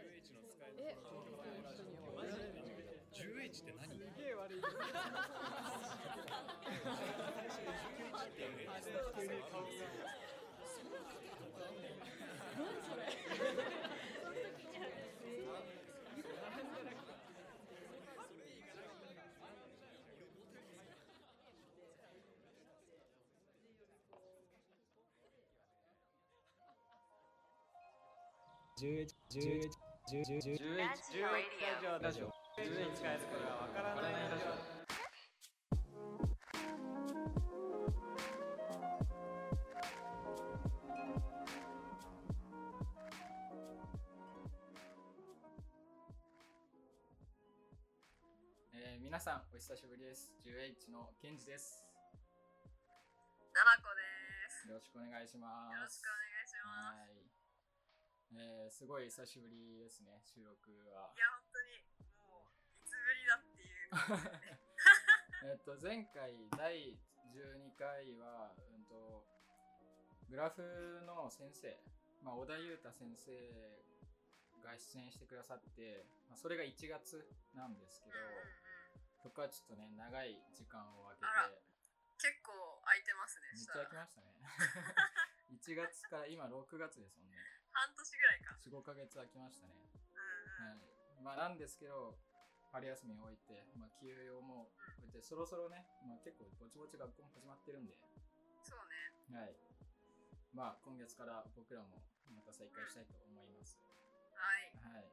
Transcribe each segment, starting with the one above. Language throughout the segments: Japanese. え、人には 10H って何すげえ悪い。最初に11って言うね。えー、皆さんお久しぶりです。10H のケンジです。ナマコです。よろしくお願いします。よろしくお願いしはい。ます。えー、すごい久しぶりですね、収録は。いや、本当に、もう、いつぶりだっていうえっ感じですね。と、前回第12回は、うんと、グラフの先生、まあ、小田裕太先生が出演してくださって、まあ、それが1月なんですけどうん、うんうんそこはちょっとね、長い時間を空けあて、結構空いてますね、めっち下ゃ空きましたね。1月から今6月ですもんね。半年ぐ45らいか。ヶ月空きましたね、うんうん。はい、まあなんですけど春休みを置いて、まあ、休養も置いてそろそろね、まあ、結構ぼちぼち学校も始まってるんで、そうね。はいまあ、今月から僕らもまた再開したいと思います、はい。はい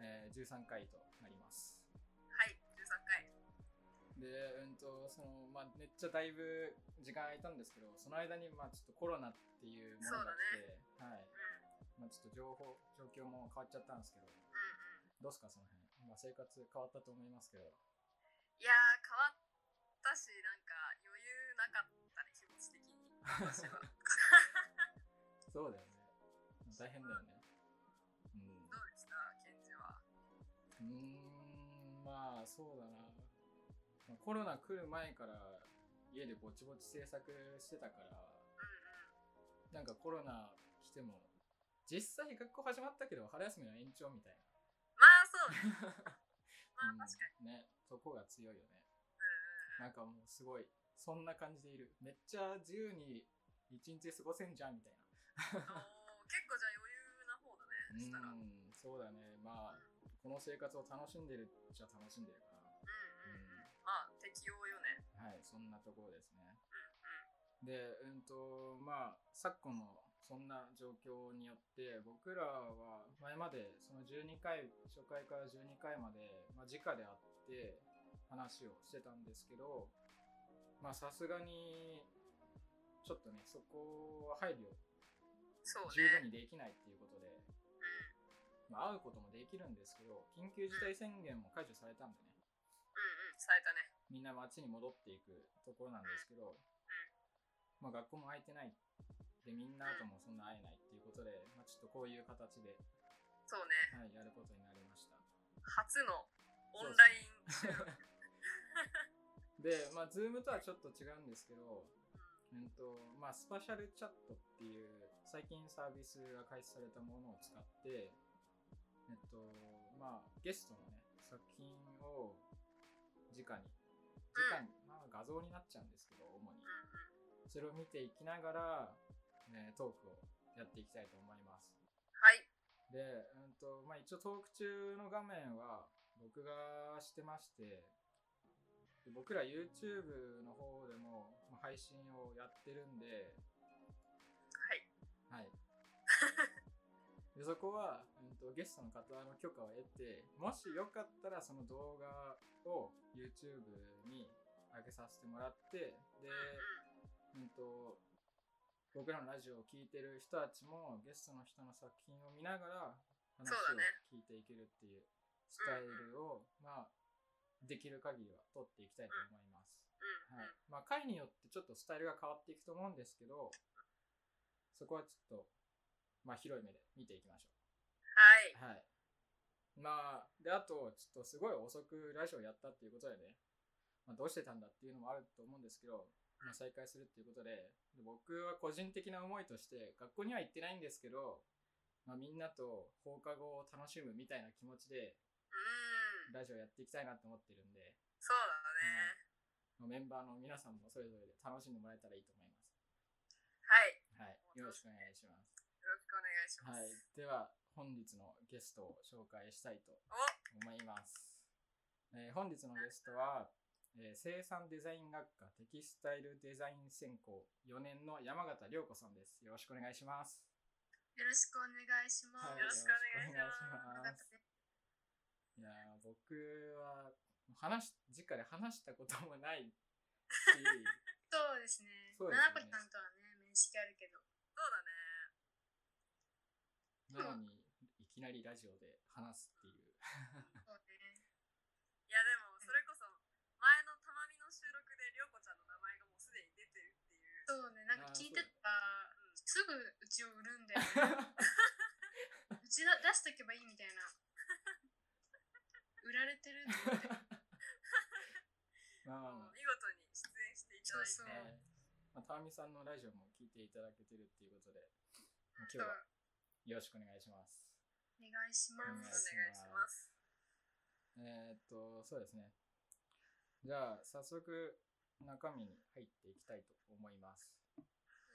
えー13回となりますはい、13回。でうんとそのまあ、めっちゃだいぶ時間空いたんですけどその間にまあちょっとコロナっていうものが来て、はいうん。まうんあ、ちょっと情報状況も変わっちゃったんですけど、うん。どうっすかその辺、まあ、生活変わったと思いますけどいやー、変わったし、なんか、余裕なかったね、気持ち的に。私 は。そうだよね大変だよねうんどうでした、ケンジは。うーんまあそうだな、まあコロナ来る前から家でぼちぼち制作してたからうんなんかコロナ来ても実際学校始まったけど春休みの延長みたいなうん。まあ、そう ね。まあ、確かに。に、ねそこが強いよねうんうなんうん。んかもうすごいそんな感じでいるめっちゃ自由に一日過ごせんじゃんみたいなおー結構じゃあ余裕な方だね、したら。ううんうん。んそうだねまあこの生活を楽しんでるっちゃ楽しんでるかうんうん。まあ、適応よね。なはいそんなところですねでうんとまあ昨今のそんな状況によって僕らは前までその12回初回から12回まで、まあ、直で会って話をしてたんですけどまあさすがにちょっとねそこは配慮そう十分ね。にできないっていうことで、うん。まあ、会うこともできるんですけど緊急事態宣言も解除されたんでねうんうん、されたね。みんな街に戻っていくところなんですけど、まあ、学校も空いてないでみんなともそんな会えないっていうことで、まあ、ちょっとこういう形で、そうね。はい、やることになりました初のオンライン収録。で、まあ、Zoom とはちょっと違うんですけど、うんとまあ、スパシャルチャットっていう最近サービスが開始されたものを使って、えっとまあ、ゲストの、ね、作品を直に直に、まあ、画像になっちゃうんですけど主にうんうん。それを見ていきながら、えートークをやっていきたいと思いますはい。で、うんとまあ、一応トーク中の画面は僕がしてましてで僕ら YouTube の方でもまあ配信をやってるんで、ははい。い、でそこは、うん、とゲストの方の許可を得てもしよかったらその動画を YouTube に上げさせてもらってで、うんうんと僕らのラジオを聴いてる人たちもゲストの人の作品を見ながら話をそうだね聞いていけるっていうスタイルを、まあ、できる限りは取っていきたいと思います。うん。はいうんうん。まあ、回によってちょっとスタイルが変わっていくと思うんですけどそこはちょっと、まあ、広い目で見ていきましょはい。う。はいまあ、であとちょっとすごい遅くラジオやったっていうことでね、まあ、どうしてたんだっていうのもあると思うんですけど、まあ、再開するっていうことでで僕は個人的な思いとして学校には行ってないんですけどまあ、みんなと放課後を楽しむみたいな気持ちでうん。ラジオやっていきたいなと思ってるんで、そうだね。まあメンバーの皆さんもそれぞれで楽しんでもらえたらいいと思います。はい。はい、よろしくお願いします。よろしくお願いしまはいす。、では本日のゲストを紹介したいとお思います。えー本日のゲストは、えー生産デザイン学科テキスタイルデザイン専攻4年の山形涼子さんです。よろしくお願いします。よろしくお願いしはまいよろしくす。お願いしよおか願いっしたですいやー僕は話し直で話したこともないし、そうですね。そうですね七子ちゃんとはね、面識あるけど。そうだなね。のにいきなりラジオで話すっていう。そうね。いやでもそれこそ前のたまみの収録でりょうこちゃんの名前がもうすでに出てるっていうそうね、なんか聞いてたうんら、すぐうちを売るんだよね。 うちだ出しとけばいいみたいな。売られてるんだよね。まあまあまあも う見事に出演していただいそうてえーまあ、たわみさんのラジオも聞いていただけてるっていうことで、まあ今日はよろしくお願いします。お願いしまお願いす。しますえーっと、そうですね。じゃあ、早速中身に入っていきたいと思います。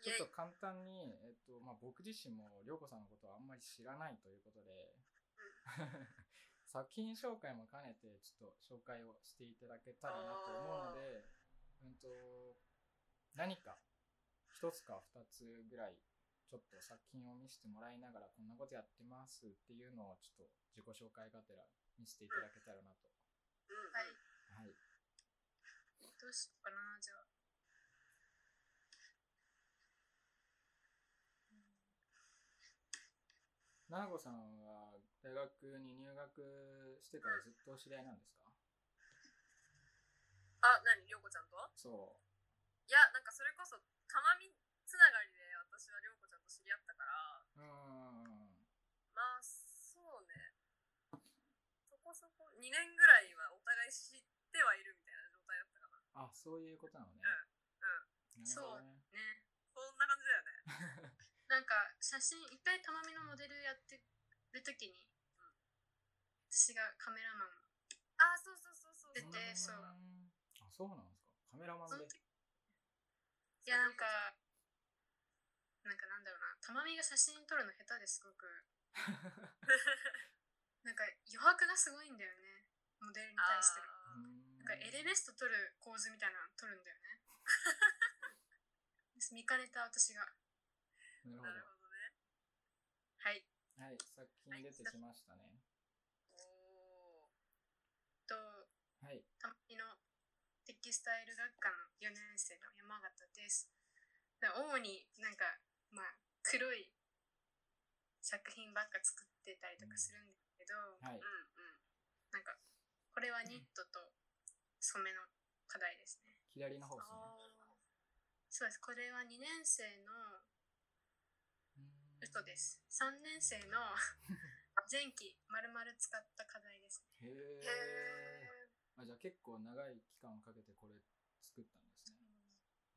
ちイエイょっと簡単に、えーっとまあ、僕自身も涼子さんのことはあんまり知らないということで、作品紹介も兼ねて、ちょっと紹介をしていただけたらなと思うので、うんと、何か一つか二つぐらい、ちょっと作品を見せてもらいながら、こんなことやってますっていうのを、ちょっと自己紹介がてら見せていただけたらなと。うんははい。い。どうしようかな、じゃあ。ななこさんは大学に入学してからずっとお知り合いなんですかあ何りょうこちゃんとそいやなんかそれこそたまみつながりで私はりょうこちゃんと知り合ったからう。うーん。まあそうねそこそこ2年ぐらいはお互い知ってはいるみたいな状態だったかなあ、そういうことなのね。うなるほどね。ね。そんな感じだよねなんか写真一回たまみのモデルやってる時に、私がカメラマンあそうそうそうそう出てーんそうあ、そうなんですか。カメラマンそので。時いやなんかなんかなんだろうなたまみが写真撮るの下手ですごくなんか余白がすごいんだよねモデルに対してのうーんあーなんかエレベスト撮る構図みたいなの撮るんだよね見かねた私がなるほなるほどねはいど。はい、作品出てきましたね。おー。とはい。たまみのテキスタイル学科の4年生の山形です。だ主になんか、まあ、黒い作品ばっか作ってたりとかするんですけど、はいうんうんなんか、これはニットと染めの課題ですね。左の方ですね。あそうです。これは2年生の、うーん嘘で。す。3年生の 前期丸々使った課題ですね。へーえ。へえあ、じゃあ結構長い期間をかけてこれ作ったんですね。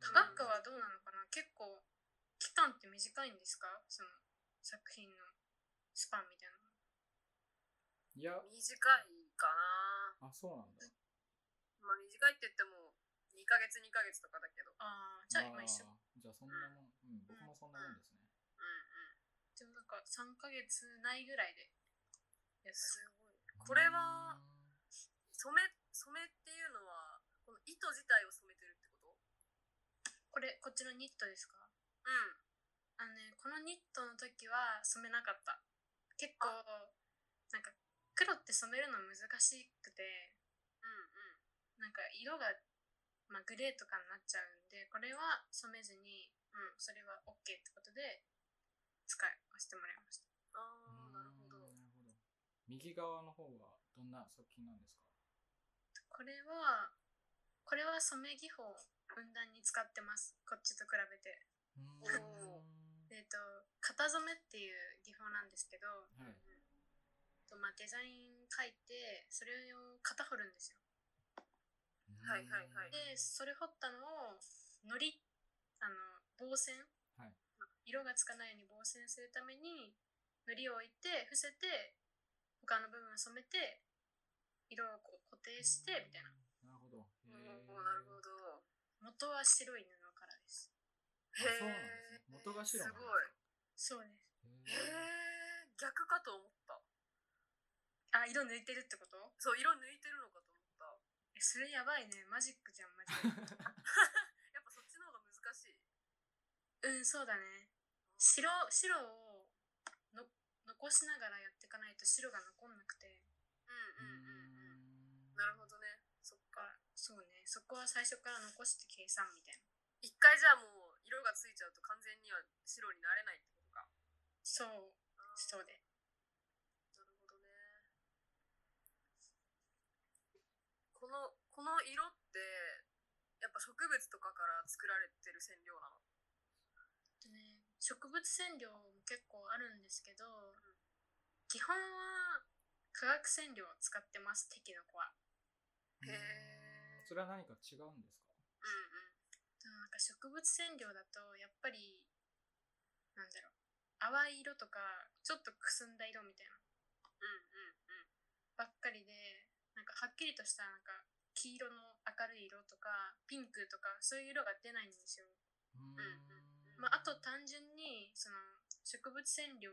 学科はどうなのかな結構、期間って短いんですかその作品のスパンみたいなの。いや、短いかなあ、そうなんだ。まあ短いって言っても2ヶ月2ヶ月とかだけどああ、じゃあ今ー一緒。じゃあそんなもん、うん、僕もそんなもんですね。うんうんでもなんか3ヶ月ないぐらいで。やすつごいこれは染め染めっていうのはこの糸自体を染めてるってことこれ、こっちのニットですかうんあのね、このニットの時は染めなかった。結構、なんか黒って染めるの難しくて、うなんか色が、まあ、グレーとかになっちゃうんで、これは染めずに、うん、それは OK ってことで、使わせてもらいました。んうんああなるほどなるほど。右側の方はどんな作品なんですかこれは、これは染め技法をふんだんに使ってます。こっちと比べて。うーんおえっと型染めっていう技法なんですけど、はい。とまあ、デザイン書いてそれを型彫るんですよはいはいはいでそれ彫ったのをのりあの防染、はい色がつかないように防染するために糊を置いて伏せて他の部分を染めて色をこう固定してみたいな。なるほど。へーおーなるほど。元は白い布からです。あそうなんですね。元が白すなんごでい。そうですか。へーへす。え、逆かと思った。あ、色抜いてるってことそう、色抜いてるのかと思った。えそれやばいね。マジックじゃん、マジやック。っぱそっちの方が難しい。うん、そうだね。白、白をの残しながらやっていかないと白が残んなくて。うんうんうんうーうん。んなるほどね。そっか。あそうね。そこは最初から残して計算みたいな。一回じゃあもう色がついちゃうと完全には白になれないってことか。そう、そうで。なるほどね。この、この色って、やっぱ植物とかから作られてる染料なの。でね、植物染料も結構あるんですけど、基本は化学染料を使ってます、敵の子は。へえ。それは何か違うんですかうんうん。でもなんか植物染料だとやっぱりなんだろう淡い色とかちょっとくすんだ色みたいうんうんうん。なばっかりでなんかはっきりとしたなんか黄色の明るい色とかピンクとかそういう色が出ないんですよ、うーんまあ、あと単純にその植物染料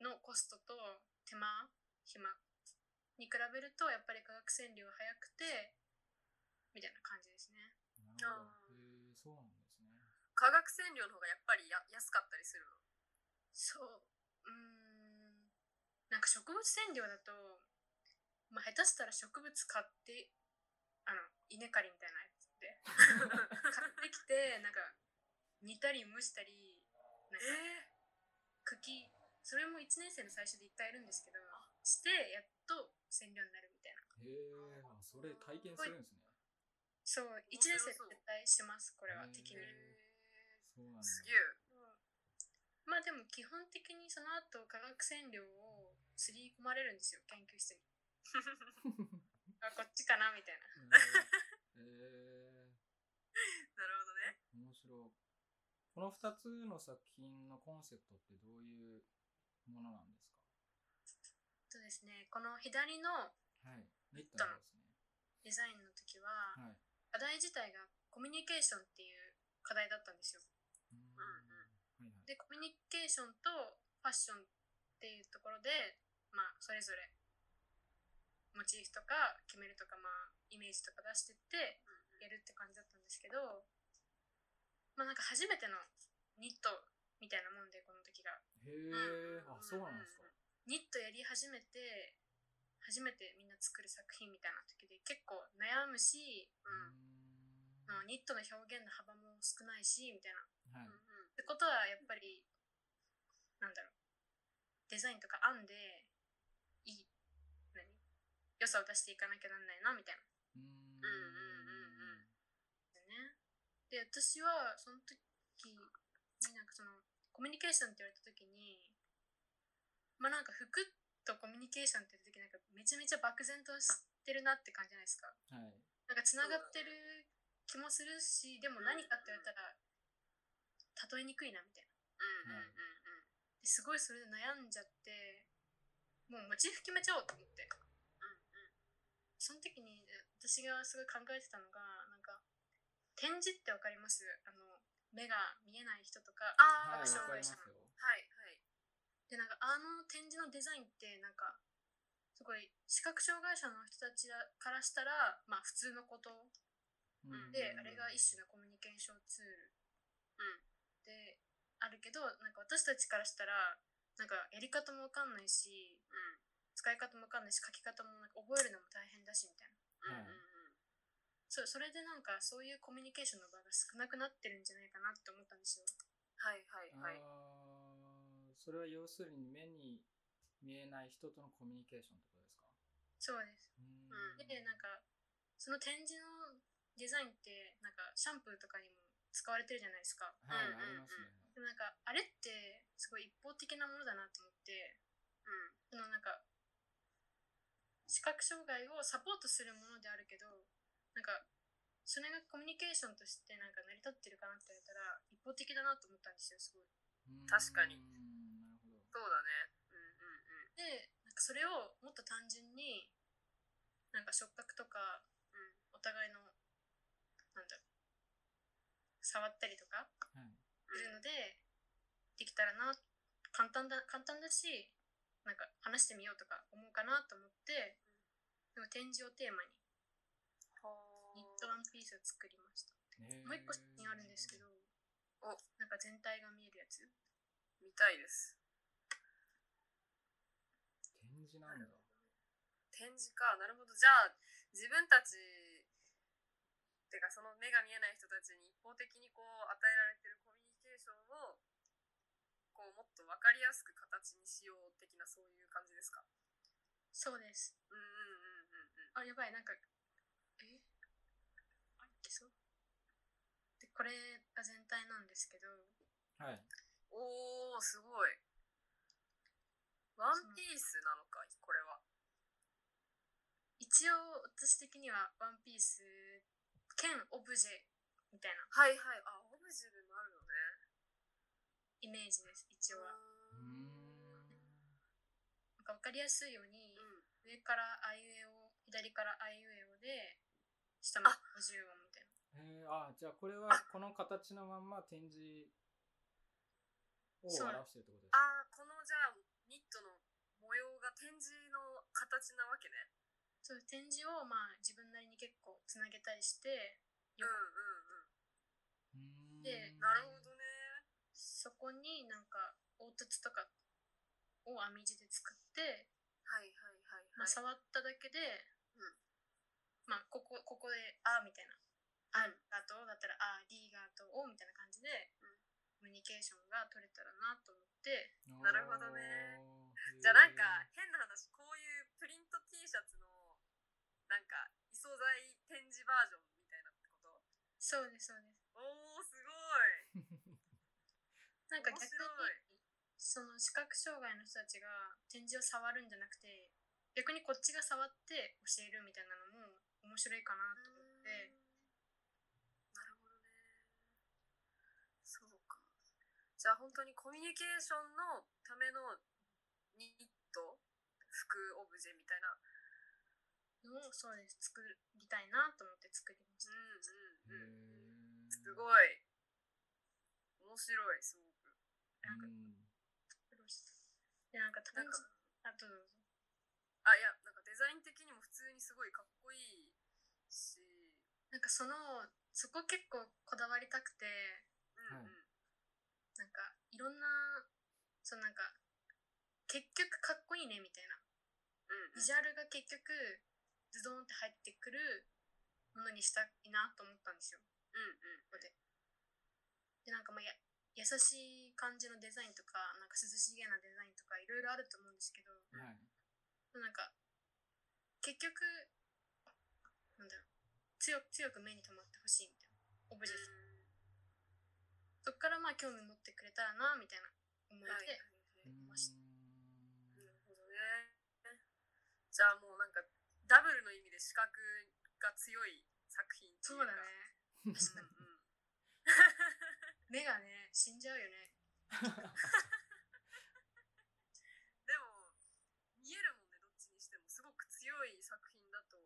のコストと手間暇に比べるとやっぱり化学染料は早くてみたいな感じですねなるほあど。へえ、そうなんですね。化学染料の方がやっぱりや安かったりするの。そう。うーん。なんか植物染料だと、まあ、下手したら植物買って、あの、稲刈りみたいなやつで。買ってきて、なんか、煮たり蒸したり、なんか、ええ茎、それも1年生の最初で一回やるんですけど、して、やっと染料になるみたいな。へえ、あそれ体験するんですね。そう、1年生で絶対してます、これへは、ー適に。そうなんだ。すげえ。まあでも基本的にその後化学染料をすり込まれるんですよ研究室にあこっちかなみたいなへえ、なるほど面ね。白い。この2つの作品のコンセプトってどういうものなんですそうですねこの左のかはい。ニットの方ですね。デザインの時ははい。課題自体がコミュニケーションっていう課題だったんですようーんはいはい。でコミュニケーションとファッションっていうところでまあそれぞれモチーフとか決めるとかまあイメージとか出してってやるって感じだったんですけどまあなんか初めてのニットみたいなもんでこの時がへえ、あ、そうなんですか。ニットやり始めて初めてみんな作る作品みたいな時で結構悩むし、うんうーんまあニットの表現の幅も少ないしみたいなはい。うんうん。ってことはやっぱりなんだろうデザインとか編んでいい何良さを出していかなきゃなんないなみたいなうーんうんうんうんね。で私はその時になんかそのコミュニケーションって言われた時にまあなんか服とコミュニケーションって言った時なんかめちゃめちゃ漠然としてるなって感じじゃないですか。はい。なんかつながってる気もするしでも何かって言われたら例えにくいなみたいな。うんうんうんうん。ですごいそれで悩んじゃってもうモチーフ決めちゃおうと思って、うんうん、その時にえ私がすごい考えてたのがなんか展示ってわかりますあの目が見えない人とかはい、わアクションかります会よ。社のはいはい。でなんかあの展示のデザインってなんかすごい視覚障害者の人たちだからしたらまあ普通のことうんで、あれが一種のコミュニケーションツール、であるけどなんか私たちからしたらなんかやり方も分かんないし、使い方も分かんないし書き方もなんか覚えるのも大変だしみたいなはいそそれでなんかそういうコミュニケーションの場が少なくなってるんじゃないかなって思ったんですよ。はいはいはい。あーそれは要するに目に見えない人とのコミュニケーションってことですかそうですうでなんかその展示のデザインってなんかシャンプーとかにも使われてるじゃないですか。はい、うんうんうんありますね。でもなんかあれってすごい一方的なものだなと思って、うん、そのなんか視覚障害をサポートするものであるけどなんかそれがコミュニケーションとしてなんか成り立ってるかなって言われたら一方的だなと思ったんですよすごい。うーん確かになるほど。そうだね。うんうんうん。でなんかそれをもっと単純になんか触覚とか、うん、お互いのなんだろう触ったりとかはいするのでできたらな簡単だ簡単だしなんか話してみようとか思うかなと思ってでも展示をテーマにニットワンピースを作りましたねもう一個写真あるんですけどおなんか全体が見えるやつ見たいです。展示なんだ展示か。なるほど。じゃあ、自分たち、てかその目が見えない人たちに一方的にこう与えられてるコミュニケーションを、こうもっと分かりやすく形にしよう的なそういう感じですかそうですうんうんうんうんうん。あやばいなんかえあいけそうでこれが全体なんですけどはいおー、すごい。ワンピースなのか、これは。一応私的にはワンピース兼オブジェみたいなはいはい。あ、オブジェでもあるのね。イメージです一応はうーんなんか分かりやすいように、うん。上からあいうえお左からあいうえおで下のあ五十音みたいなえー、あじゃあこれはこの形のまんま展示を表してるってことですかあー、このじゃあ、ニットの模様が展示の形なわけね。そういう展示をまあ自分なりに結構つなげたりしてうんうんうーんでうん。なるほどね。そこになんか凹凸とかを編み地で作って、はいはいはいまあ、触っただけで、うんまあここここで「あ」みたいな「あ」がとうだったら「あ」「り」がとうみたいな感じで、コミュニケーションが取れたらなと思ってななるほどねじゃあなんか、変な話、こういうプリント T シャツの、なんか、異素材展示バージョンみたいなってことそうですそうですおー、すごい。 なんか逆面に白いその視覚障害の人たちが展示を触るんじゃなくて逆にこっちが触って教えるみたいなのも面白いかなと思ってなるほどねそうかじゃあ本当にコミュニケーションのためのニット服オブジェみたいなのをそうです作りたいなと思って作りましたうんうんうんすすごい面白いすごくなんかでなんかなんかあとどうぞあいやなんかデザイン的にも普通にすごいかっこいいしなんかそのそこ結構こだわりたくてうんうん、はいなんかいろんなそのなんか結局かっこいいねみたいなうんうん、ビジュアルが結局ズドンって入ってくるものにしたいなと思ったんですよ。うんうんここででなんかまあや優しい感じのデザインとかなんか涼しげなデザインとかいろいろあると思うんですけどはいなんか結局なんだろう強く強く目に留まってほしいみたいなオブジェとかそっからまあ興味持ってくれたらなみたいな思いはいはいではいましたなるほどね。じゃあもうなんかダブルの意味で視覚が強い作品ってそいううか。だね。うんうん。目がね死んじゃうよねでも見えるもんねどっちにしてもすごく強い作品だと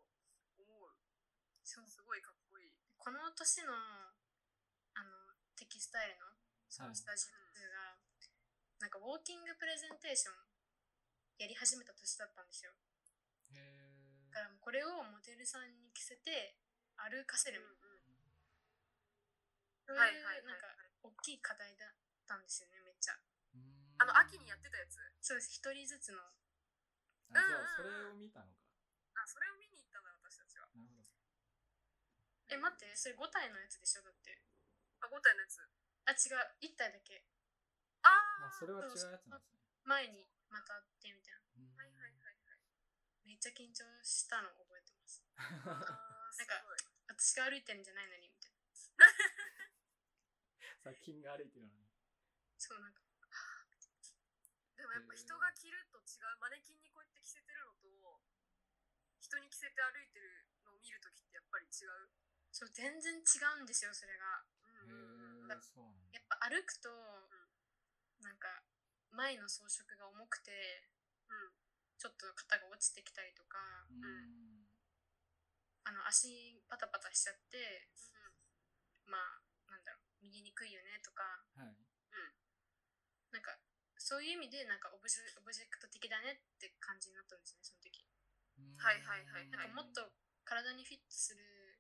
思う。そうすごいかっこいい。この年のあのテキスタイルのそのはいスタジオが、なんかウォーキングプレゼンテーションやり始めた年だったんですよへだからもうこれをモデルさんに着せて歩かせるみたいな、そうはいいうはいはいなんか大きい課題だったんですよねめっちゃーあの秋にやってたやつ。そうです一人ずつのあじゃあそれを見たのかあそれを見に行ったんだ私たちは。なるほどえ待ってそれ5体のやつでしょだってあ五体のやつ。あ違う1体だけあああ。それは違うやつなんですね前にまたあってみたいなうんはいはいはいはい。めっちゃ緊張したの覚えてますあーすごい。私が歩いてるんじゃないのにみたいなさあ金が歩いてるのにそうなんかでもやっぱ人が着ると違うマネキンにこうやって着せてるのと人に着せて歩いてるのを見るときってやっぱり違う。そう全然違うんですよそれがうんうんうんへえそうなんだやっぱ歩くと、なんか前の装飾が重くて、うん、ちょっと肩が落ちてきたりとか、うんうんあの足パタパタしちゃって、うん、まあなんだろう見えにくいよねとかはいなんかそういう意味でなんかオブジェオブジェクト的だねって感じになったんですねその時うんはいはいはいなんかもっと体にフィットする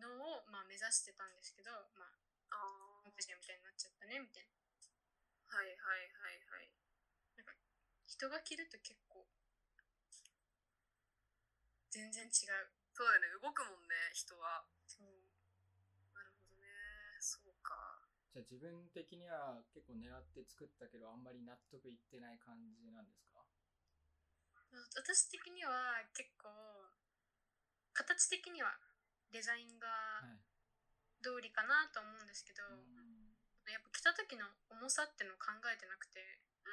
のを、まあ、目指してたんですけど、まあ、あオあー、ブジェみたいになっちゃったねみたいなはいはいはいはい。人が着ると結構全然違うそうだよね、動くもんね、人は。そうなるほどね、そうか。じゃあ自分的には結構狙って作ったけどあんまり納得いってない感じなんですか私的には結構形的にはデザインはがい通りかなと思うんですけど、うんやっぱ着た時の重さってのを考えてなくてうん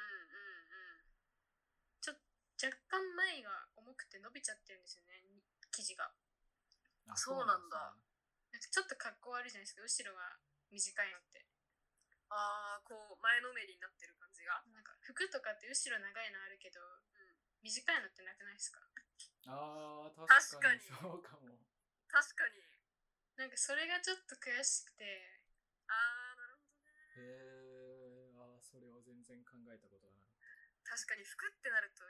うんうん。若干前が重くて伸びちゃってるんですよねに生地があそうなんだなんかちょっと格好悪いじゃないですか後ろが短いのってああ、こう、前のめりになってる感じが。なんか服とかって後ろ長いのあるけど、短いのってなくないですかあー確か確にかにそうかも確かに。なんかそれがちょっと悔しくてああ、なるほどへえー、あーね。それを全然考えたことがなかっ確かに服ってなると、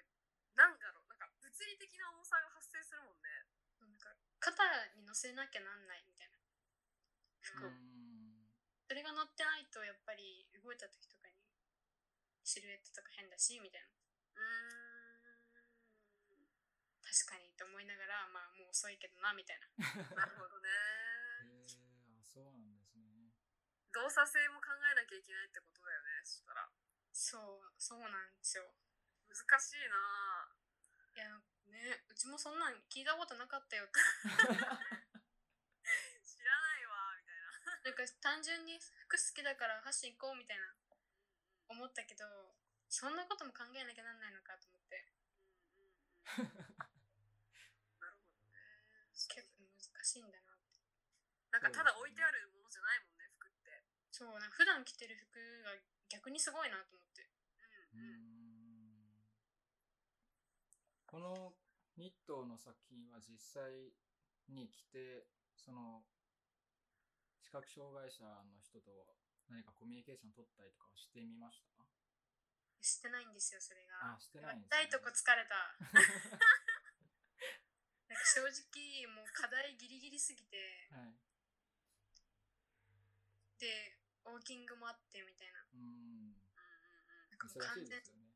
なんだろう、なんか物理的な重さが発生するもんね。なんか肩に乗せなきゃなんないみたいなた服んを、それが乗ってないとやっぱり動いた時とかにシルエットとか変だしみたいなうーん。確かにと思いながらまあもう遅いけどなみたいななるほどね。へえー、あそうなんですね動作性も考えなきゃいけないってことだよね、そしたら。そうそうなんですよ難しいないやねうちもそんなん聞いたことなかったよって ぁ知らないわ、みたいな。なんか単純に服好きだから箸行こうみたいな思ったけどそんなことも考えなきゃなんないのかと思ってうんうんうんなるほどね。結構難しいんだなってなんかただ置いてあるものじゃないもんね、服って。そうなんか普段着てる服が逆にすごいなと思ってううんんうん。このニットの作品は実際に着てその視覚障害者の人と何かコミュニケーション取ったりとかはしてみましたしてないんですよそれがあしてないんですね痛いとこ疲れ たなんか正直もう課題ギリギリすぎてはいでウォーキングもあってみたいなうんなんかもう忙完しい全ですよね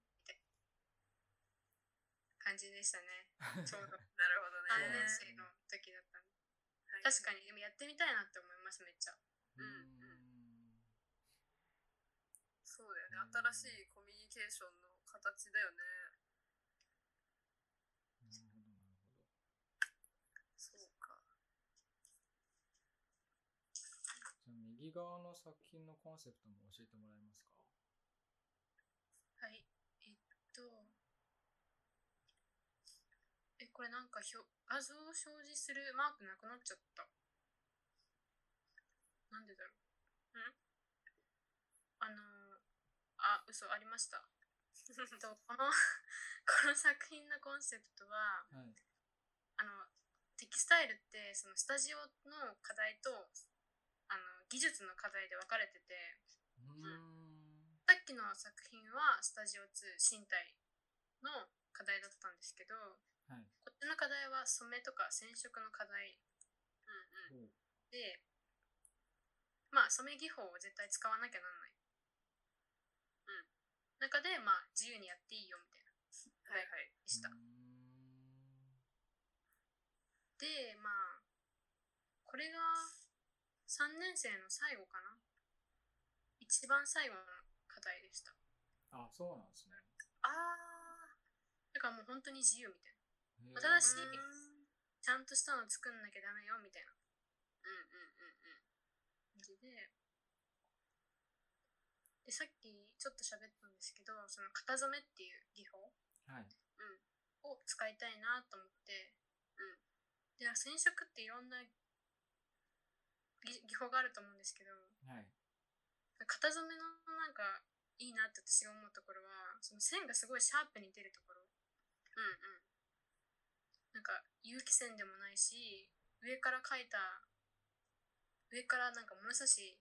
感じでした ねちょうどなるほど3ね年。生の時だったんではい確かにでもやってみたいなって思いますめっちゃううんんそうだよね。新しいコミュニケーションの形だよね。なるほどなるほどそうか。じゃあ右側の作品のコンセプトも教えてもらえますかはいえっとえこれなんかひょ画像を表示するマークなくなっちゃったなんでだろうんあのあ嘘ありましたえっとこの この作品のコンセプトははいあのテキスタイルってそのスタジオの課題とあの技術の課題で分かれててうんさっきの作品はスタジオ2身体の課題だったんですけど、はいこっちの課題は染めとか染色の課題うんうん。ほうでまあ染め技法を絶対使わなきゃなんないうん中でまあ自由にやっていいよみたいなはいはい。でした、うんでまあこれが3年生の最後かな一番最後の課題でしたあそうなんですねあだからもう本当に自由みたいなへーただしー。うんうんうんちゃんとしたの作んなきゃダメよみたいなうん。感じででさっきちょっと喋ったんですけどその型染めっていう技法はいを使いたいなと思って、うん。で、染色っていろんな技技法があると思うんですけど、はい型染めのななんかいいなって私が思うところはその線がすごいシャープに出るところうんうん。なんか有機線でもないし上から描いた上からなんか物差し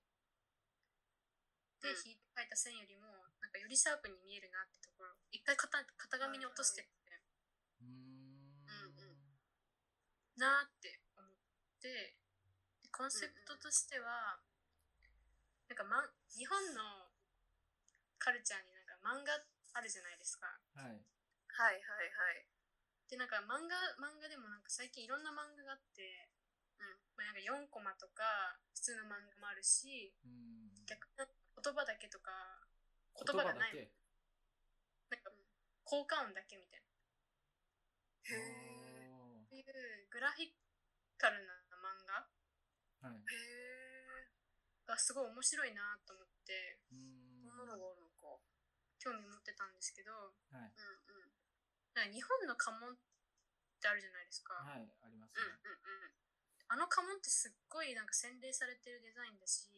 うでん引いて描いた線よりもなんかよりシャープに見えるなってところ一回型型紙に落としてって、うーんうんなーって思ってでコンセプトとしては、なんか、まん、日本のカルチャーになんか漫画あるじゃないですかはいはいはいはい。でなんか漫画漫画でもなんか最近いろんな漫画があって、うんまあ、なんか4コマとか普通の漫画もあるしうん逆に言葉だけとか言葉がない言なんか効果音だけみたいなへ葉だえ。そういうグラフィカルな漫画けはいへえ。がすごい面白いなと思ってうーこんんなのがあるのか。興味持ってたんですけどはいうんうん。なんか日本の家紋ってあるじゃないですか、はいありますうんねうんうん。あの家紋ってすっごいなんか洗礼されてるデザインだし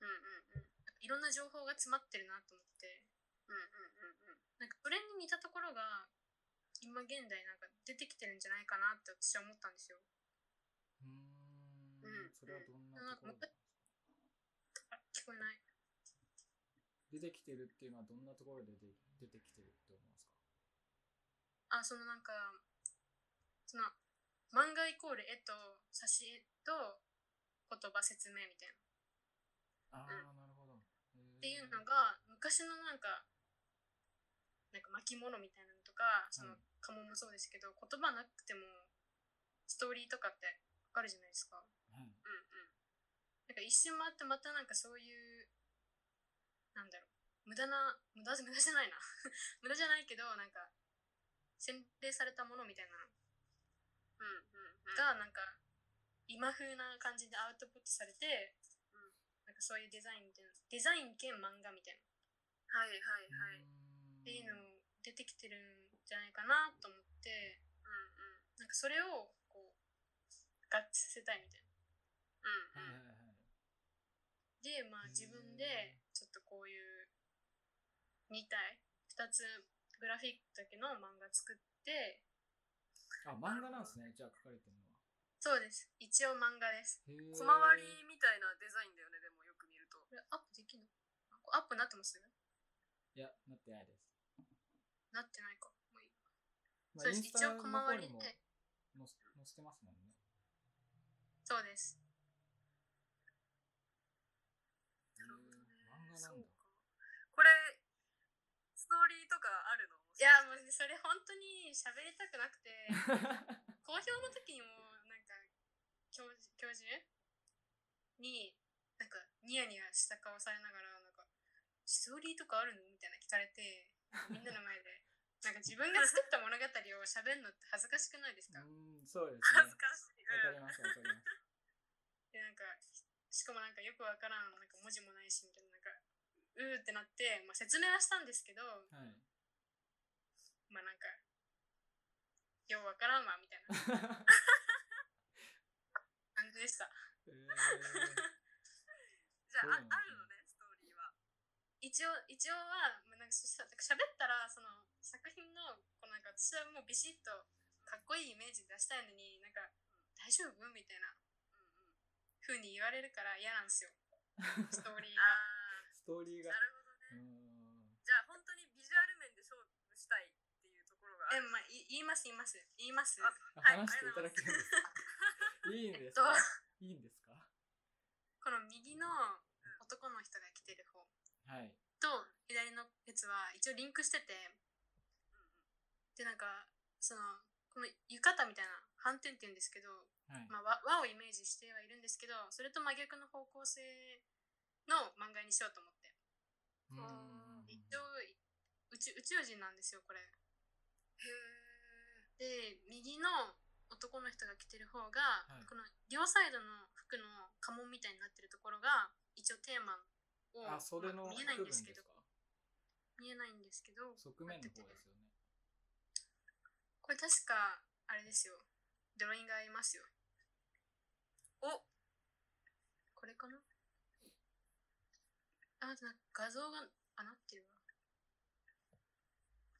うんうんうん。なんかいろんな情報が詰まってるなと思ってうんうんうんうん。なんかそれに似たところが今現代なんか出てきてるんじゃないかなって私は思ったんですよ。うーうんんそれはどんなところなんかあ聞こえない。出てきてるっていうのはどんなところで出出てきてるって思いますかあそのなんかその漫画イコール絵と挿絵と言葉説明みたいなああなるほどっっていうのが昔のなんかなんか巻物みたいなのとかそのはい家紋もそうですけど言葉なくてもストーリーとかってわかるじゃないですか。はいうんうん。なんか一瞬回ってまたなんかそういう、なんだろう、無駄な、無駄、無駄じゃないな。 無駄じゃないけど、なんか、洗礼されたものみたいなのうんうん。が、なんか、今風な感じでアウトプットされて、なんかそういうデザインみたいな、デザイン兼漫画みたいな、はいはいはい。っていうのを出てきてるんじゃないかなと思って、うなんかそれを、こう、合致させたいみたいな。んうん。うんうん。で、まへあー自分で、ちょっとこういう、2体、2つグラフィックだけの漫画作って、あ漫画なんですねじゃあ書かれてるのはそうです。一応漫画です。へー小回りみたいなデザインだよね、でもよく見ると。これアップできるのあこれアップなってますいやなってないですなってないか。もういいまそあうでインすスタ一応の小方回りにもで載せ載せてますもんねそうです。へー漫画なんだこれ、ストーリーとかあるのいや、もうねそれ本当に喋りたくなくて、好評の時にも、なんか、教授教授に、なんか、ニヤニヤした顔されながら、なんか、ストーリーとかあるのみたいな聞か れて、みんなの前で。なんか自分が作った物語を喋るのって恥ずかしくないですうか、ーんそうです恥ねずかしい。わかうりん。ますわかりますでなんかしかもなんかよくわからんなんか文字もないしみたいななんかうーってなって、まあ、説明はしたんですけどはいまあなんかようわからんわみたい な感じでしたえーじゃあ、そうなあんですねあるのね、ストーリーは。一応一応は、まあ、なんかしゃ喋ったらその作品のこうなんか私はもうビシッとかっこいいイメージ出したいのになんか大丈夫みたいな、うんうん、風に言われるから嫌なんですよストーリーがああ、ストーリーがなるほどね。うーんじゃあ本当にビジュアル面で勝負したいっていうところが あえる。まあい言います言います言いますああはい話していただけるんですかいいんですかいいんですかこの右の男の人が着てる方はいと左のやつは一応リンクしててでなんかそのこの浴衣みたいな反転って言うんですけど、はいまあ、和和をイメージしてはいるんですけどそれと真逆の方向性の漫画にしようと思ってうーん一応宇宙宇宙人なんですよこれへで右の男の人が着てる方が、いこの両サイドの服の家紋みたいになってるところが一応テーマをあ袖のまあ部見え分ないんでですすけかど見えないんですけど側面の方ですよねこれ確かあれですよドローイングありますよおこれかなあ、なんか画像が、あ、なってるわ。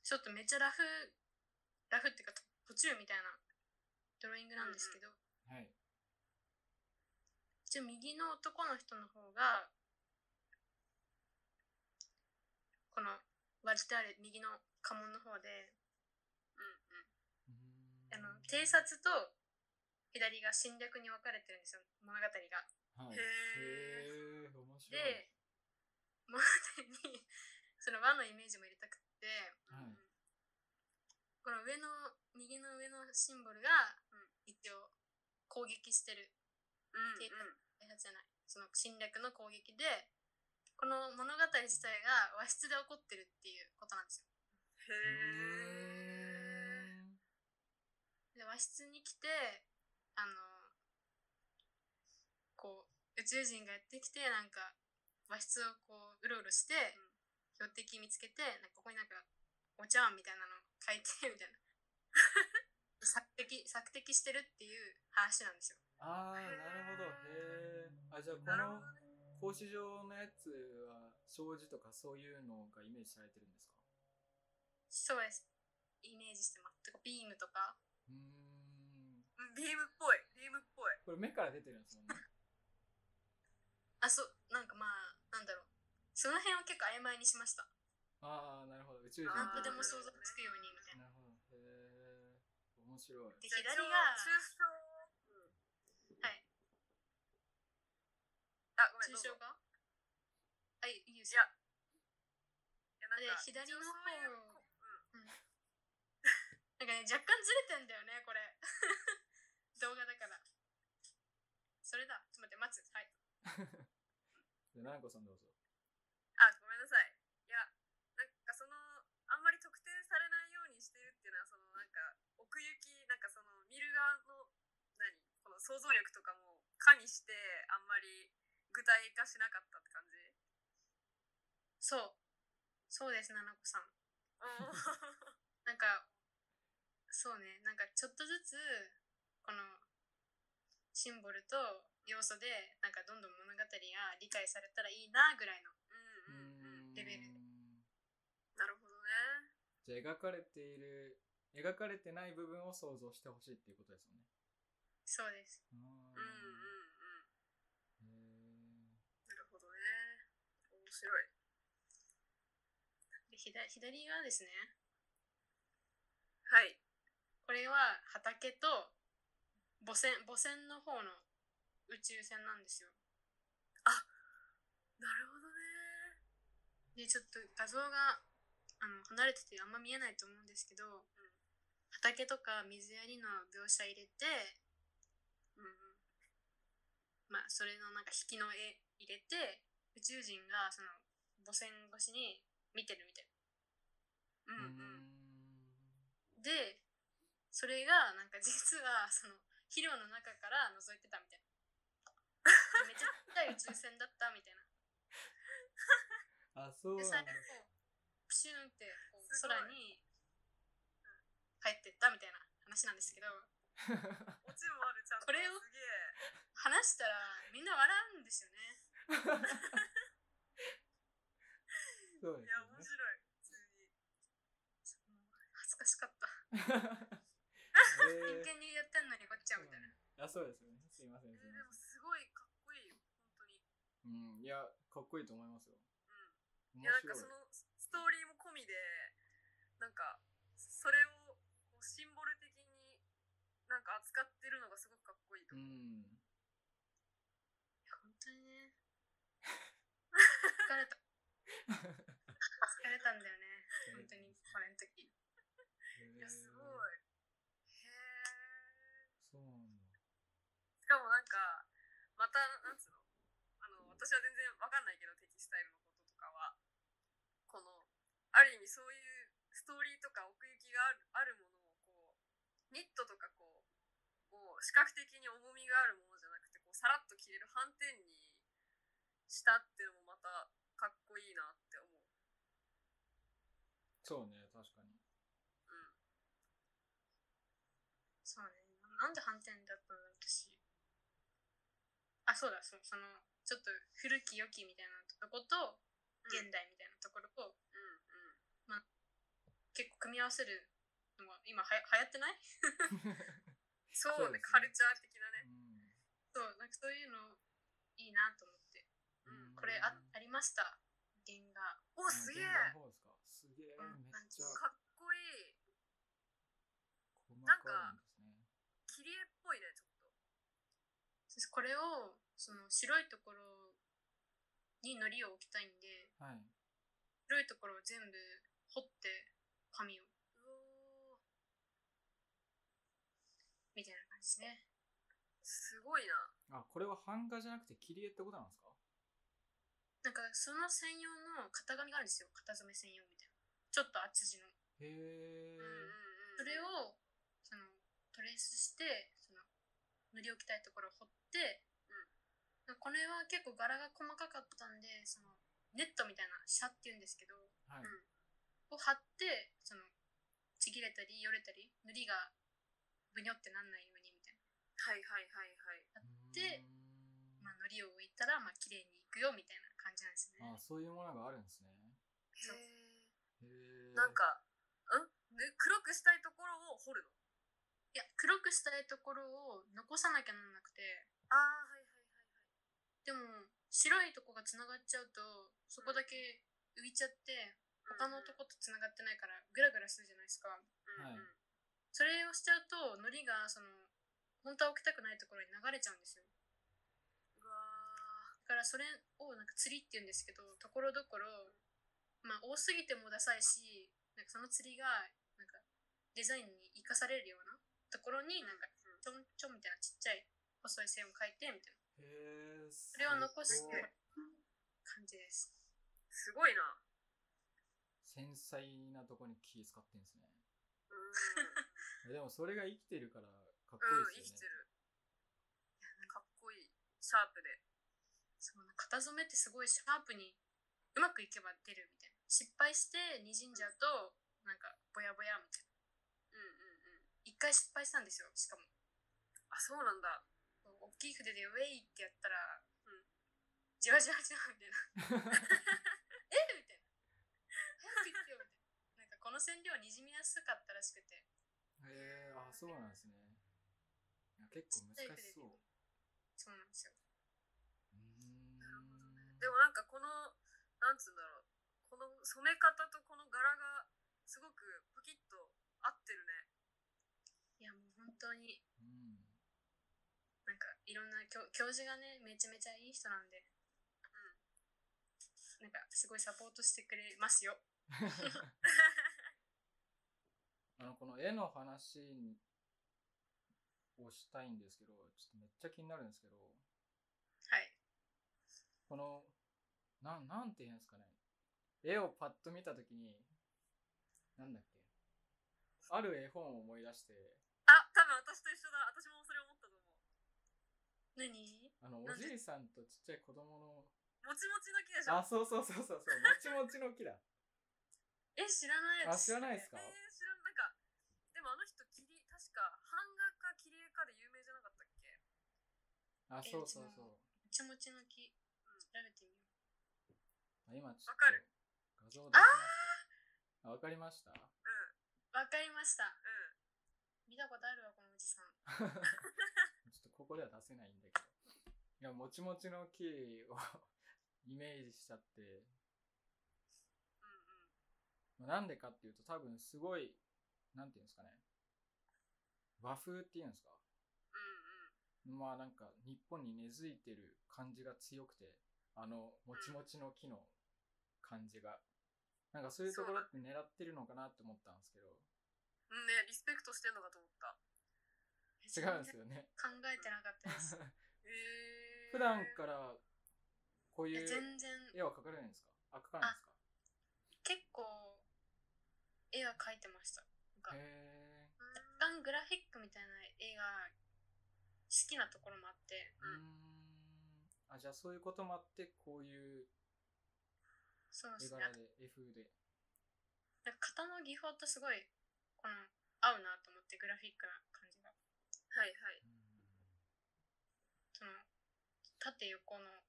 ちょっとめっちゃラフ、ラフっていうか途中みたいなドローイングなんですけど、はい。一応右の男の人の方が、この割ってある右の家紋の方で、あの偵察と左が侵略に分かれてるんですよ、物語が。はい。へえ。へえ、面白い。で、物語にその和のイメージも入れたくって、はいこの上の、右の上のシンボルが、一応攻撃してるうんっていう開発じゃないその侵略の攻撃でこの物語自体が和室で起こってるっていうことなんですよへえ。で和室に来てあのこう宇宙人がやってきてなんか和室をこううろうろして、標的見つけてなんかここになんかお茶碗みたいなの書いてみた いな索敵索敵してるっていう話なんですよああ、なるほど。へえ。あ、じゃあ、この格子状のやつは、障子とかそういうのがイメージされてるんですかそうですイメージしてますとかビームとかうーん。うんビームっぽい。ビームっぽい。これ目から出てるんですもんね。あ、そう、なんかまあ、なんだろう。その辺を結構曖昧にしました。ああ、なるほど。宇宙人なんあーとでもな想像つくようにみたいな。るほど。へえ。面白い。で、じゃあ左が、中小。はい。あ、ごめん。抽象どうぞがあ、いいいですいやよ。いやなんでか、左の方そういうこなんかね、若干ずれてんだよね、これ。 動画だから。それだ。ちょっと待って、待つ。はい。で、ななこさんどうぞ。あ、ごめんなさい。いや、なんかその、あんまり特定されないようにしてるっていうのは、そのなんか、奥行き、なんかその、見る側の、何この想像力とかも加味して、あんまり具体化しなかったって感じ。そう。そうです、ななこさん。うん。なんか、そうね、なんかちょっとずつ、この、シンボルと要素で、なんかどんどん物語が理解されたらいいな、ぐらいの。うーうんうんうん。んレベルなるほどね。じゃあ、描かれている、描かれてない部分を想像してほしいっていうことですよね。そうです。ううんうんうん。ん。へえ。なるほどね。面白い。で左左側ですねはい。これは畑と母船母船の方の宇宙船なんですよなるほどね。でちょっと画像があの離れててあんま見えないと思うんですけど、畑とか水やりの描写入れて、うんまあそれのなんか引きの絵入れて宇宙人がその母船越しに見てるみたいなうんううん。でそれがなんか実はその肥料の中から覗いてた みたいなめちゃくちゃ宇宙船だったみたいなあ、そうでなん最だ後。プシュンってこうすごい空に帰ってったみたいな話なんですけどオチもある、ちゃんと。これをすげえ。話したらみんな笑うんですよねそういでや、面す白い。普通に。もう恥ずかしかったよね。真へえ剣にやってんのにこっちはみたいなあ、そうですよね。すいません、すいえーませんでも。すごいかっこいいよ。本当に。うん、いや、かっこいいと思いますよ。い面や、なん白かい。そのストーリーも込みで、なんか、それをこうシンボル的になんか扱ってるのがすごくかっこいいとう思う。ん。本当にね 疲れた疲れたんだよね本当にこれの時いや、すごい。へえそへえ。うなんだ。しかもなんか、また、なんつうのあの、私は全然わかんないけど、テキスタイルのこととかは。この、ある意味そういうストーリーとか奥行きがあるあるものを、こう、ニットとかこう、こう視覚的に重みがあるものじゃなくて、こう、さらっと着れる反転にしたっていうのもまた、かっこいいなってそ思う。うね、確かに。そうね。なんで反転だったんだろう、私。あ、そうだ、そその、ちょっと古き良きみたいなとこと、現代みたいなところを結構組み合わせるのは今はや流行ってないそそううね、ですねカルチャー的なね。そうなんかそういうのいいなと思ってうんこれあありました原画お、すげえあ現場の方ですかすげえめうんっちゃかっこいい細かいんですね切り絵っぽいね、ちょっと。そしてこれをその白いところに糊を置きたいんではい白いところを全部彫って紙をうおーみたいな感じですねすごいあな。これは版画じゃなくて切り絵ってことなんですかなんかその専用の型紙があるんですよ型染め専用みたいなちょっと厚地のへえうんうんうん。それをそのトレースしてその塗り置きたいところを彫って、うん、これは結構柄が細かかったんでそのネットみたいなシャっていうんですけどはいを貼ってそのちぎれたりよれたり塗りがブニョってなんないようにみたいはいはいはいはい。でうーんな、まあ、糊を置いたらまあ綺麗にいくよみたいな感じなんですねあそういうものがあるんですねそうへへえーなんか、うんぬ黒くしたいところを彫るの。いや黒くしたいところを残さなきゃなんなくてああ、はいはいはいはい。でも白いとこがつながっちゃうとそこだけ浮いちゃって他のとことつながってないからグラグラするじゃないですかうんうん、はいそれをしちゃうと糊がその本当は置きたくないところに流れちゃうんですようわーだからそれをなんか釣りって言うんですけどところどころ、まあ、多すぎてもダサいしなんかその釣りがなんかデザインに生かされるようなところになんかちょんちょんみたいなちっちゃい細い線を描いてみたいなへえそそれを残してすごい感じですすごいな。繊細なとこに気使ってんですねうえん。でもそれが生きてるからかっこうん、いいで生きすてよね、る。かっこいい。シャープで。その型染めってすごいシャープにうまくいけば出るみたいな失敗してにじんじゃうとなんかぼやぼやみたいうなんうんうん。一回失敗したんですよしかもあ、そうなんだ。大きい筆でウェイってやったら、うん、じわじわじわみたいな えみたいな早く行ってよみたいななんかこの染料にじみやすかったらしくてへえあそうなんですねいや結構難しそうそうなんですようーんでもなんかこの、なんつうんだろう。この染め方とこの柄がすごくパキッと合ってるね。いやもう本当にうんなんかいろんな教教授がねめちゃめちゃいい人なんでうんなんかすごいサポートしてくれますよあのこの絵の話をしたいんですけどちょっとめっちゃ気になるんですけどはいこのなんなんて言うんですかね絵をパッと見た時になんだっけある絵本を思い出してあ、多分私と一緒だ。私もそれ思ったと思う。何あのおなんでじいさんとちっちゃい子供のもちもちの木でしょ。あそうそうそうそうそうもちもちの木だえ知らないあ知らないですかえー、知らん、なんか、でもあの人、切り、確か、版画か切り絵かで有名じゃなかったっけあえそうそううちそうももちもちの木調べてみようあ今ちょっとわかる画像を出しましたあわかりましたわかりましたうん。見たことあるわこのおじさんちょっとここでは出せないんだけど。いや、もちもちの木を イメージしちゃって、うんまうん。あなんでかっていうと多分すごい、なんていうんですかね。和風っていうんですか。うんうん。まあなんか日本に根付いてる感じが強くて、あの、もちもちの木の感じが。なんかそういうところって狙ってるのかなって思ったんですけど、うんね、リスペクトしてんのかと思った。違うんですよね。考えてなかっ たですへー普段からこういいやう全然絵は描かれないんですかあ、描かないんですか結構絵は描いてましたあへえ。若干グラフィックみたいな絵が好きなところもあってうーんあじゃあそういうこともあってこういうそうで絵すね柄で絵風でなんか型の技法とすごいこの合うなと思ってグラフィックな感じがはいはい。うんその縦横の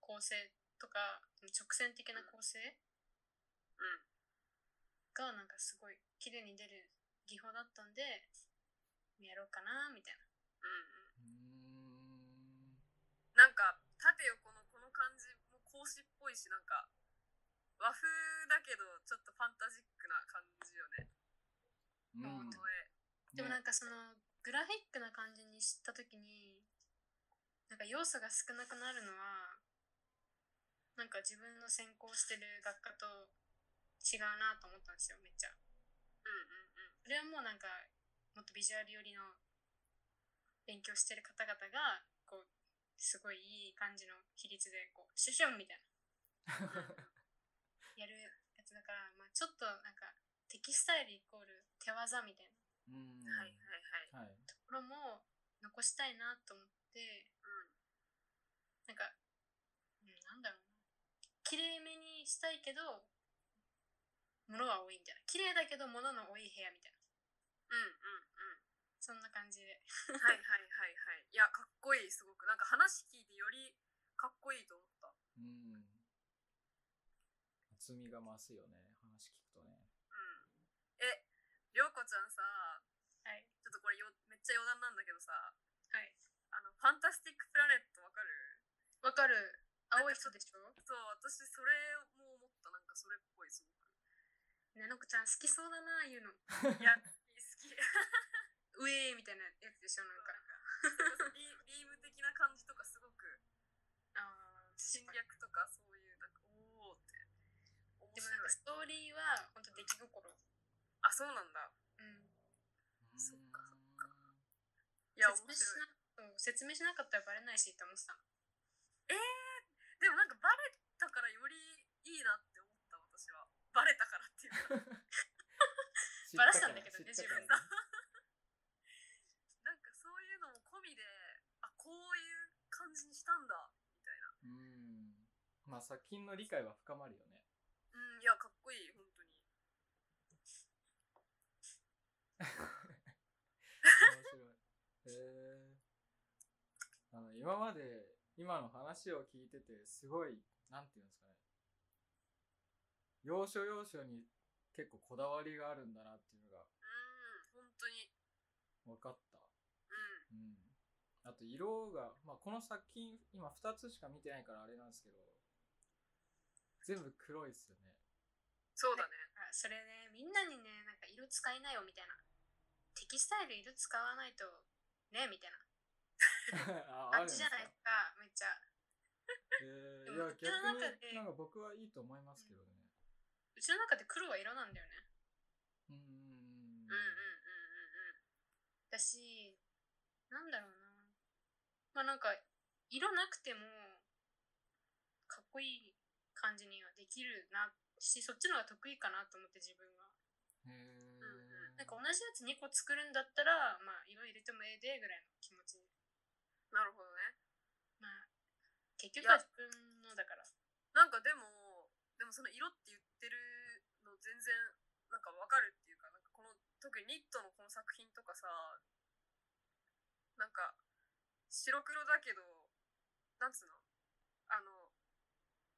構成ととか直線的な構成がなんかすごい綺麗に出る技法だったんでやろうかなみたいなううーんんなんか縦横のこの感じも格子っぽいしなんか和風だけどちょっとファンタジックな感じよねうんあ元絵でもなねんかそのグラフィックな感じにした時になんか要素が少なくなるのはなんか自分の専攻してる学科と違うなと思ったんですよめっちゃ。うそれはもうなんかもっとビジュアル寄りの勉強してる方々がこうすごいいい感じの比率でこうシュシュンみたいなやるやつだから、まあ、ちょっとなんかテキスタイルイコール手技みたいなうんんうんうんはいははいはいいところも残したいなと思って、なんか、うん、なんだろうな綺麗めにしたいけど物は多いみたいな綺麗だけど物の多い部屋みたいなうんそんな感じでうんうんはいはいはいはいいやかっこいいすごくなんか話聞いてよりかっこいいと思ったうん厚みが増すよね話聞くとねうんえりょうこちゃんさはいちょっとこれよめっちゃ余談なんだけどさはいあのファンタスティックプラネットわかるわかる青い人でしょそう私それも思ったなんかそれっぽいすごくねのこちゃん好きそうだないうのいや好きウェーみたいなやつでしょなんかなんかビビーム的な感じとかすごくあー侵略とかそういうなんかおおって面で白もいなんかストーリーは本当出来心うあそうなんだんそっかそっかいや面説白明しいなそう説明しなかったらバレないしって思ってたのでもなんかバレたからよりいいなって思った私はバレたからっていうかバラしたんだけどね知ったからなんかそういうのも込みであこういう感じにしたんだうんまあ作品の理解は深まるよねうんいやかっこいい本当に面白い。へえあの今まで今の話を聞いててすごいなんていうんですかね要所要所に結構こだわりがあるんだなっていうのがうん本当に分かった。うんうん、あと色が、まあ、この作品今2つしか見てないからあれなんですけど全部黒いっすよね。 そうだねあそれねみんなにねなんか色使いなよみたいなテキスタイル色使わないとねみたいなあ感じじゃないですかめっちゃえー、でいもや僕の中逆にでなんか僕はいいと思いますけどね。うちの中で黒は色なんだよねうんうんうんうんうんうんうんうんだしなんだろうなまあなんか色なくてもかっこいい感じにはできるなしそっちの方が得意かなと思って自分はへうえなんか同じやつ2個作るんだったらまあ色入れてもええでぐらいの気持ちでなるほどねまあ結局は自分のだからなんかでも、でもその色って言ってるの全然なんかわかるっていうか、なんかこの特にニットのこの作品とかさ、なんか白黒だけど、なんつうのあの、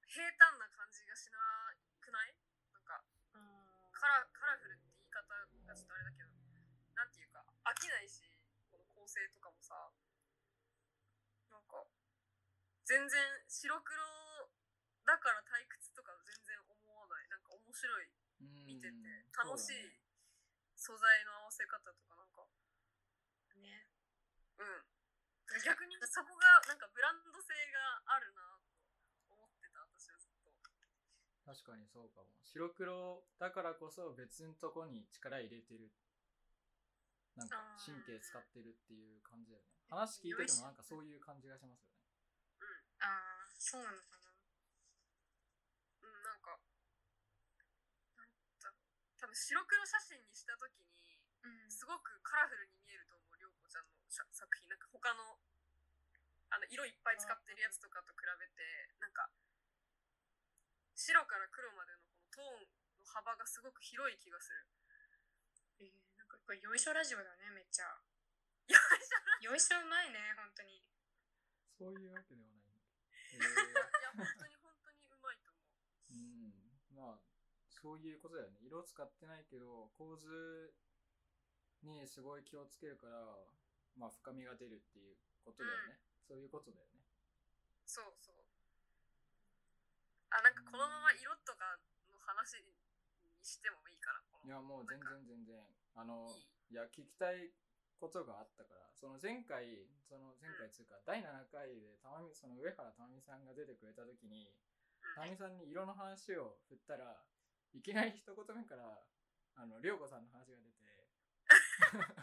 平坦な感じがしなくないなんかうんカラカラフルって言い方がちょっとあれだけど、なんていうか飽きないし、この構成とかもさ、なんか全然白黒だから退屈とか全然思わない。なんか面白い、見てて楽しい素材の合わせ方とかなんか、ねうん。逆にそこがなんかブランド性があるなと思ってた、私はずっと。確かにそうかも白黒だからこそ別のとこに力入れてるなんかあー神経使ってるっていう感じだよね話聞いててもなんかそういう感じがしますよねああそうなのかなうん、なんか、なんだろう多分白黒写真にしたときに、うんすごくカラフルに見えると思う、りょうこちゃんのしゃ作品。なんか他の、あの、色いっぱい使ってるやつとかと比べて、なんか、白から黒までのこのトーンの幅がすごく広い気がする。えーなんかこれよいしょラジオだねめっちゃいや、いよいしょうまいね本当にそういうわけではないんだけど、や本当に本当に そういうことだよね色使ってないけど構図にすごい気をつけるから、まあ、深みが出るっていうことだよね、そういうことだよねそうそう。あ、なんかこのまま色とかの話にしてもいいかな。こいのやもう全然全然あのいいいや聞きたいことがあったからその前回その前回つうか第7回でたまみその上原たまみさんが出てくれた時にたまみさんに色の話を振ったらいきなり一言目からあの涼子さんの話が出て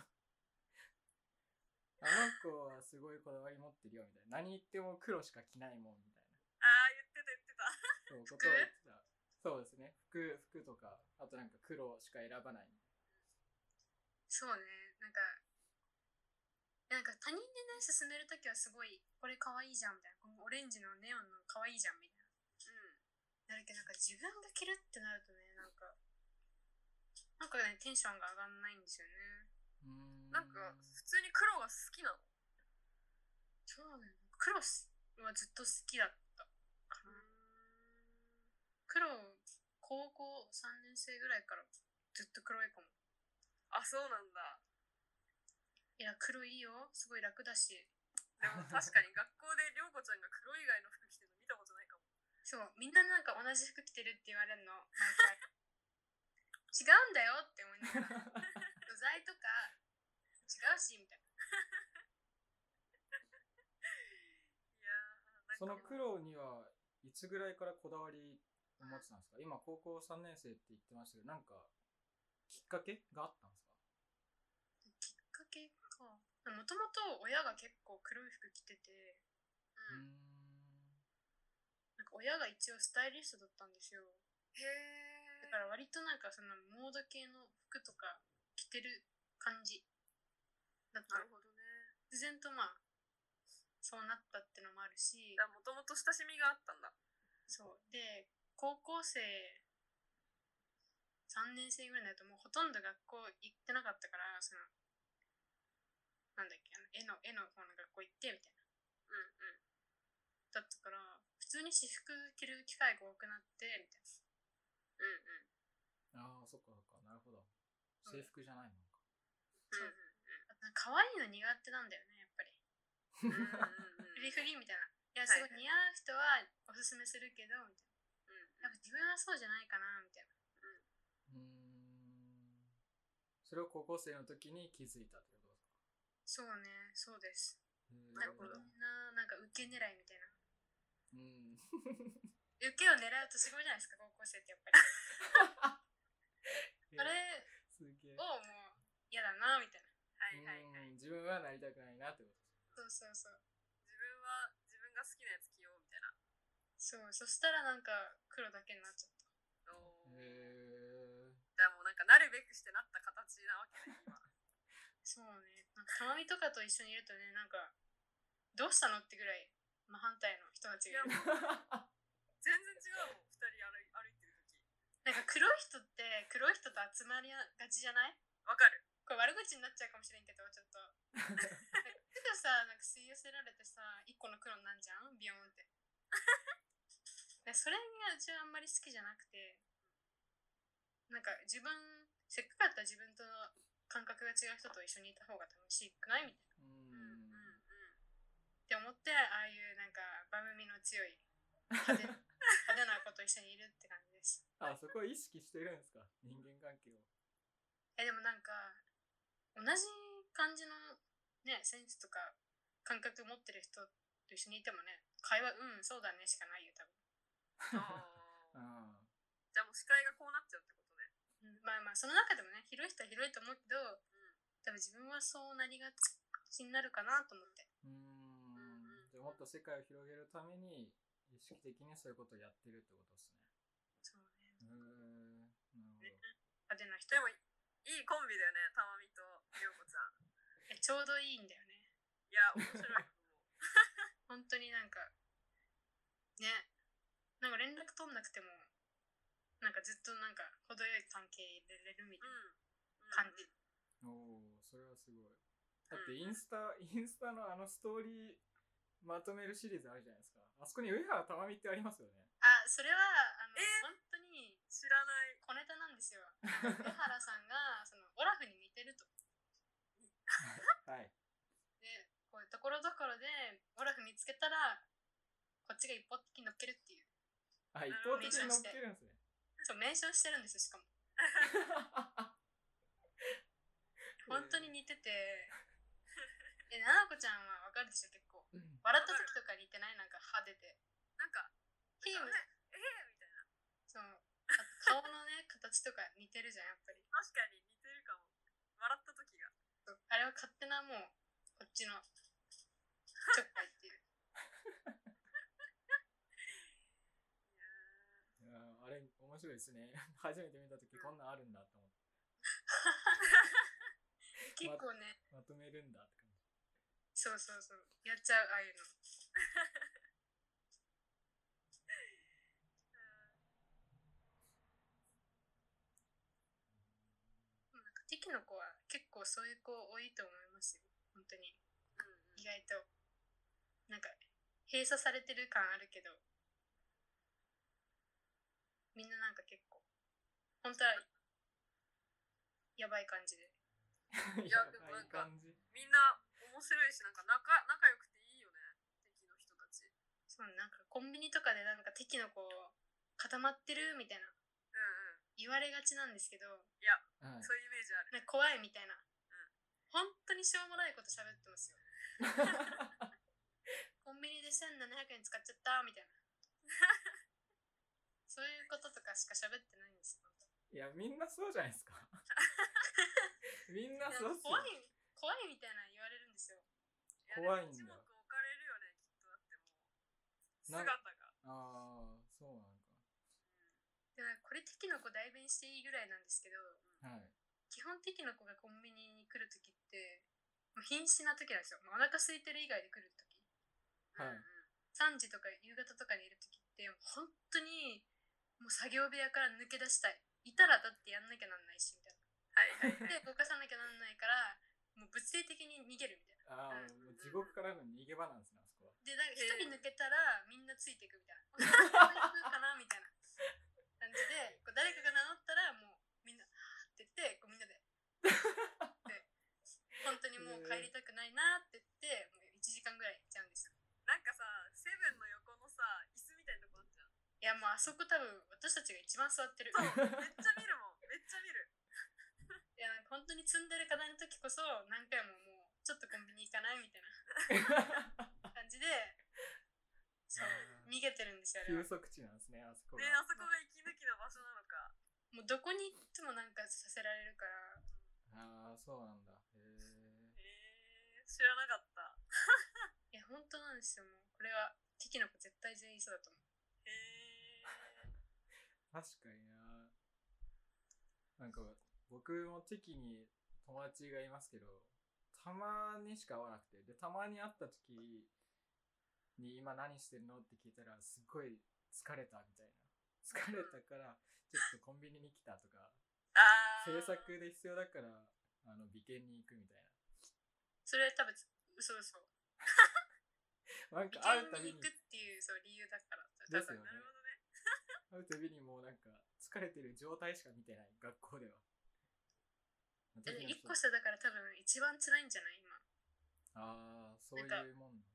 あの子はすごいこだわり持ってるよみたいな何言っても黒しか着ないもんみたいなああ、言ってた言ってた。そうことを言ってたそうですね服服とかあとなんか黒しか選ばないそうね、なんか、なんか他人にね、進めるときはすごい、これ可愛いじゃんみたいな、このオレンジのネオンの可愛いじゃんみたいな。なるけど、なんか自分が着るってなるとね、なんか、なんかね、テンションが上がんないんですよね。うーんうん。なんか普通に黒が好きなの。そうね、黒はずっと好きだったかな。黒、高校3年生ぐらいからずっと黒いかも。あ、そうなんだ。いや、黒いいよ。すごい楽だし。でも確かに学校で涼子ちゃんが黒以外の服着てるの見たことないかも。そう、みんななんか同じ服着てるって言われるの、毎回。 違うんだよって思いながら。素材とか違うし、みたいな。いやそー、なのんかも黒うにはいつぐらいからこだわりを持ってたんですか今高校3年生って言ってましたけどなんかきっかけがあったんですかきっかけか。もともと親が結構黒い服着てて、うーんなんか親が一応スタイリストだったんですよ。へえだ。から割となんかそのモード系の服とか着てる感じだったなのるほどね。必然とまあ、そうなったってのもあるしい、や、もともと親しみがあったんだ。そう。で、高校生3年生ぐらいになるともうほとんど学校行ってなかったから、その、なんだっけ、あの絵の、絵の方の学校行ってみたいな。うんうん。だったから、普通に私服着る機会が多くなって、みたいな。うんああうん。そっかそっかなるほど制服じゃないのかそううんあとなんか可愛いの苦手なんだよね、やっぱり。うんうんうんフリフリみたいな。いや、はすいごい似合う人はおすすめするけど、みたいな。やっぱ自分はそうじゃないかな、みたいな。うーんそれを高校生の時に気づいたってことですかそうね、そうです。へーなるほどみんな、なんか受け狙いみたいな。うん受けを狙う年頃じゃないですか、高校生ってやっぱり。 それすげえをもう嫌だな、みたいな。はいはいはうーんい。自分はなりたくないなってこそうそうそう。自分は自分が好きなやつ着ようみたいな。そう、そしたらなんか黒だけになっちゃった。おとへえーじゃあもうなんかなるべくしてなった形なわけね、今。そうね。なんか、たまみとかと一緒にいるとね、なんか、どうしたのってぐらい、真反対の人たちいがやいる。もう全然違うもん、二人歩い歩いてる時。なんか黒い人って、黒い人と集まりがちじゃないわかる。これ悪口になっちゃうかもしれんけど、ちょっと。なんかすぐさ、なんか吸い寄せられてさ、一個の黒になんじゃんビヨーンって。 でそれがうちはあんまり好きじゃなくて、なんか自分、せっかくだったら自分との感覚が違う人と一緒にいた方が楽しくないみたいな。うーんうんうんうん。って思ってああいうなんか番組の強い派手派手な子と一緒にいるって感じですあそこを意識してるんですか人間関係をえでもなんか同じ感じのねセンスとか感覚持ってる人と一緒にいてもね会話うんそうだねしかないよ多あうーんじゃあもう視界がこうなっちゃうってことね。分、うん、まあまあその中でもね広い人は広いと思うけど、多分自分はそうなりがちになるかなと思ってうーんじゃあもっと世界を広げるために意識的にそういうことをやってるってことですね。そうねうーんなる派手な人でも、いいコンビだよね、たまみとりょうこちゃん。えちょうどいいんだよねいや、面 白い。もう本当になんかねなんか連絡取んなくてもなんかずっとなんか程よい関係でれるみたいなうん。感じ、ほど。おおーそれはすごい。だってインスタ、インスタのあのストーリーまとめるシリーズあるじゃないですか。あそこに上原たまみってありますよね。あそれはあえの、ー本当に知知らない。小ネタなんですよ。上原さんがそのオラフに似てると。はい。で、こうところどころでオラフ見つけたら、こっちが一方的に乗っけるっていう。あ、一方的に乗っけるんですね。そう、名称してるんですよ、しかも。本当に似てて。え、ななこちゃんはわかるでしょ、結構。うん。笑った時とか似てないなんか歯出て。なんか、ヒーム、ええみたいな。そう。あと顔のね、形とか似てるじゃん、やっぱり。確かに似てるかも。笑った時が。そうあれは勝手なもう、こっちの、ちょっかいって いいう。やーあれ、面白いですね。 初めて見たとき、こんなんあるんだと思って。結構ね、まとめるんだって感じ。そうそうそう。やっちゃう、ああいうの。 でもなんか、テキの子は結構そういう子多いと思いますよ。本当に。意外と。なんか、閉鎖されてる感あるけど、みんななんか結構、本当は、やばい感じで。いやでもばなんいか感じ。みんな面白いし、なんか仲仲良くていいよね。敵の人たち。うんそう、なんかコンビニとかでなんか敵の子固まってるみたいなうん。言われがちなんですけど、はい。そういうイメージある。なんか怖いみたいな。本当にしょうもないこと喋っ てますよ。コンビニで1700円使っちゃったみたいな。そういうこととかしか喋ってないんですよ。いや、みんなそうじゃないですか。みんななんかそうっすよ怖。い、怖いみたいな言われるんですよ。怖いんだやでも一目置かれるよね、きっと。だってもう、な姿が。ああ、そうなのでなんかこれ敵の子代弁していいぐらいなんですけど、か。はい。基本敵の子がコンビニに来るときって、もう瀕死なときなんですよ。もうお腹空いてる以外で来るとき。はいうんうん3時とか夕方とかにいる時って本当にもう作業部屋から抜け出したいいたらだってやんなきゃなんないしみたいはいはい。なで動かさなきゃなんないからもう物理的に逃げるみたいなああ、もう地獄からの逃げ場なんですね、あそこは。でなんか一人抜けたらみんなついていくみたいなこれ行くかなみたいな感じでこう誰かが名乗ったらもうみんなはぁって言ってこうみんなでで本当にもう帰りたくないなって言ってもう1時間ぐらい行っちゃうんですよなんかさ、セブンの横のさ、椅子みたいなとこあんじゃん。いやもうあそこ多分私たちが一番座ってるそう、めっちゃ見るもん。めっちゃ見 る。いやなんか本当に積んでる課題の時こそ何回ももうちょっとコンビニ行かないみたい な感じでそうあー逃げてるんですよあれ休は息地なんですね、あそこね、が。あそこが息抜きの場所なのか。もうどこに行ってもなんかさせられるからああ、そうなんだ。へえ。えー、知らなかった。いや本当なんですよもうこれは敵の子絶対全員そうだと思うへえー。確かにななんか僕も敵に友達がいますけどたまにしか会わなくてでたまに会った時に今何してるのって聞いたらすっごい疲れたみたいな疲れたからちょっとコンビニに来たとかあー制作で必要だからあの美研に行くみたいそれは多分嘘嘘ななん美か形会うたびにに行くっていうそう理由だからで多すよ分ねなるほどね。会うたびにもうなんか疲れてる状態しか見てない学校ではだって1個下だから多分一番辛いんじゃない今ああそういうなんもんなんだ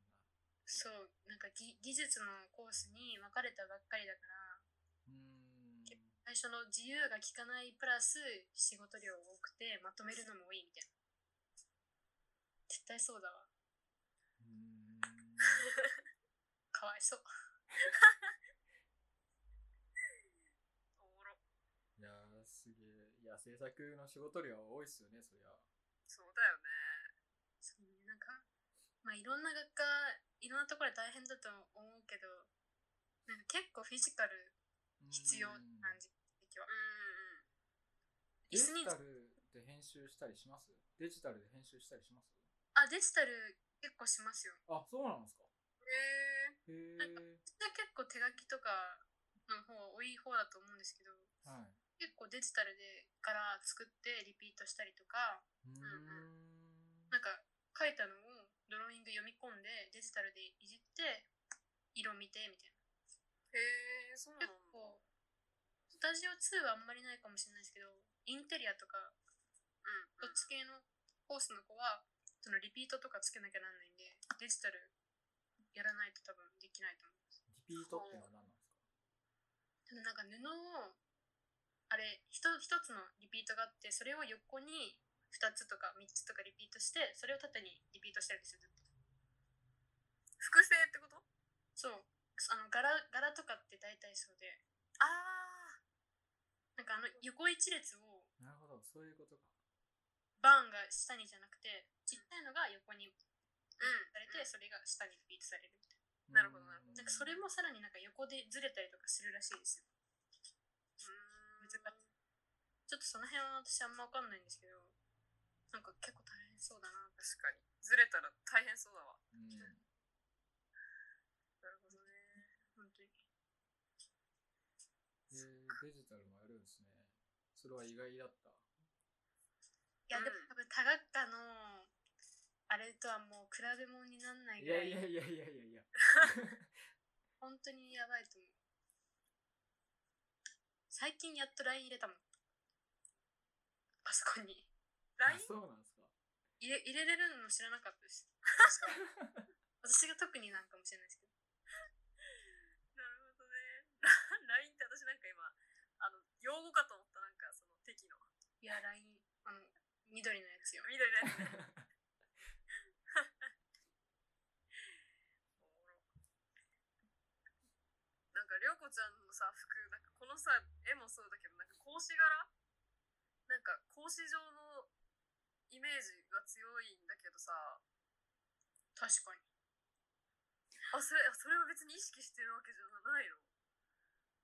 そうなんか技技術のコースに分かれたばっかりだからうーん最初の自由が利かないプラス仕事量多くてまとめるのも多いみたいな絶対そうだわうーんかわいそういやおもろ。ーすげえいや制作の仕事量は多いっすよねそりゃそうだよね。そうねなんかまあいろんな学科いろんなところで大変だと思うけどなんか結構フィジカル必要な感じじ的はうんうん。デ椅ジ子にタルで編集したりしますデジタルで編集したりしますあデジタル結構しますよあそうなんですかへえへなんえ結構手書きとかの方は多い方だと思うんですけどはい結構デジタルで柄作ってリピートしたりとかうーんなんか書いたのをドローイング読み込んでデジタルでいじって色見てみたいなへえー、そうな結んだ。構タジオ2はあんまりないかもしれないですけど、インテリアとか、うんどっち系のコースの子は、そのリピートとかつけなきゃなんないんで、デジタルやらないと多分できないと思います。リピートってのは何なんですかでもなんか布を、あれ、ひと一つのリピートがあって、それを横に2つとか3つとかリピートして、それを縦にリピートしてるんですよ、ずっと複製ってことそう。あの柄柄とかって大体そうで、あなんかあの横一列をなるほど、そういうことか。バーンが下にじゃなくて、ちっちゃいのが横ーにうんされて、それが下にリピートされるみたいなるほどなほるな。なんかそれもさらになんか横でずれたりとかするらしいですよ。う難しいちょっとその辺は私あんまわかんないんですけど、なんか結構大変そうだなって。確かにずれたら大変そうだわなるほどね本当に。えーデジタルもやるんですね。それは意外だった。いや、でうもん多分、多学科の、あれとはもう比べ物になんないいぐらやい、いやいやいやいやいや。本当にやばいと思う。最近やっと LINE 入れたもん。パソコンに。あ LINE? そうなんですか。入れ入れれるの知らなかったです。私が特になんかもしれないですけど。なるほどね LINE って私なんか今あの用語かと思ったなんかその敵のいや、LINE、あの、緑のやつよ。緑のやつねおもろなんか涼子ちゃんのさ服なんかこのさ絵もそうだけどなんか格子柄なんか格子状のイメージが強いんだけどさあ確かに。それそれは別に意識してるわけじゃないの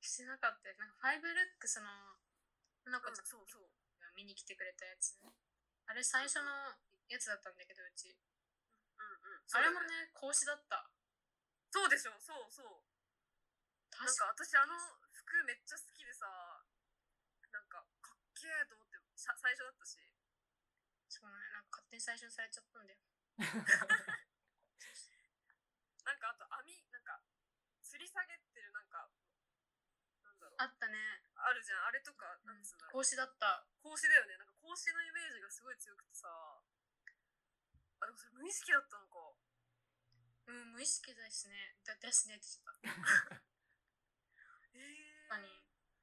してなかったよ。なんか、ファイブルック、その、なんか、そうそう見に来てくれたやつ。あれ、最初のやつだったんだけど、うち。うんうんあれもそうだよね、格子だった。そうでしょそうそうなん確かか私あの服めっちゃ好きでさなんかかっけえと思ってさ最初だったしそうね、なんか勝手に最初にされちゃったんだよ。なんかあと網なんか吊り下げてるなんかなんだろうあったね。あるじゃんあれとかなんつうんだろう格子だった。格子だよねなんか格子のイメージがすごい強くてさあでもそれ無意識だったのかうん、無意識ですね。だ、ですねって言っちゃった。ええ確かに。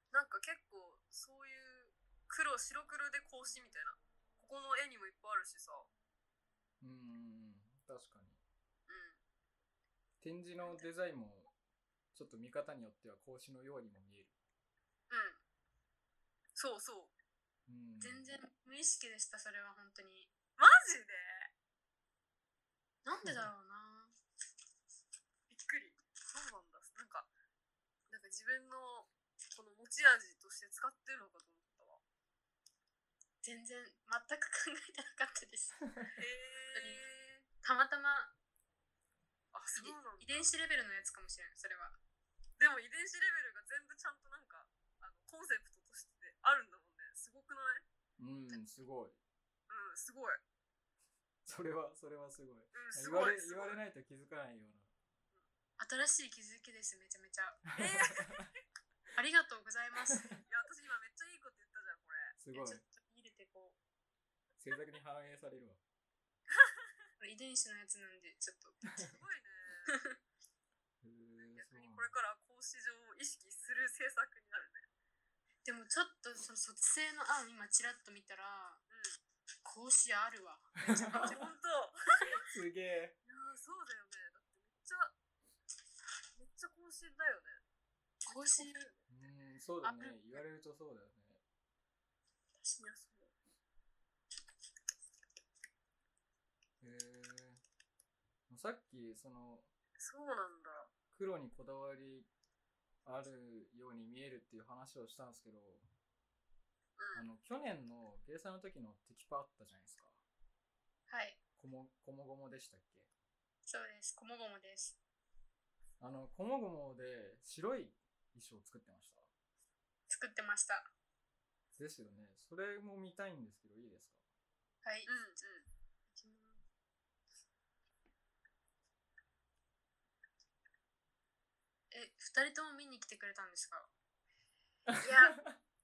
なんか結構そういう黒白黒で格子みたいなここの絵にもいっぱいあるしさううんうんうん、確かに。ん展示のデザインもちょっと見方によっては格子のようにも見える。うんそうそううん、全然無意識でした、それは本当に。マジでなんでだろうな。びっくりそうなんだなんかなんか自分のこの持ち味として使ってるのかと思ったわ全然、全く考えてなかっ たです。へえたまたま、あそうなんだ遺伝子レベルのやつかもしれない、それは。でも遺伝子レベルが全部ちゃんとなんかあのコンセプトとしてあるんだもんねすごくないうん、すごい。うんすごいうんそれは、それはすごい。す言わごれいす言ごわいれないと気づかないよ新しい気づきです、めちゃめちゃ。えー、いありがとうございます。ちょっや私今めっちゃいいこと言ったじゃんこれうな。すごいと。入れてこう。制作に反映されるわ。これ遺伝子のやつなんで、ちょっと。すごい ねへー逆そうになんこれだから格子状を意識する制作になるねでもちょっと、その卒生の案、今、ちらっと見たら、うん格子あるわ。あ 本当すげえ。いやーそうだよねだってめっちゃめっちゃ更新だよね格子、うん、そうだね。言われるとそうだよね。いやそうへえ。さっき、その、そうなんだ黒にこだわりあるように見えるっていう話をしたんですけど、あうんの、去年の芸祭の時のテキパあったじゃないですか。はい。こも、こもごもでしたっけそうです。こもごもです。あの、こもごもで白い衣装を作ってました。作ってました。ですよね。それも見たいんですけど、いいですかはうい。んうんえ、二人とも見に来てくれたんですかいや、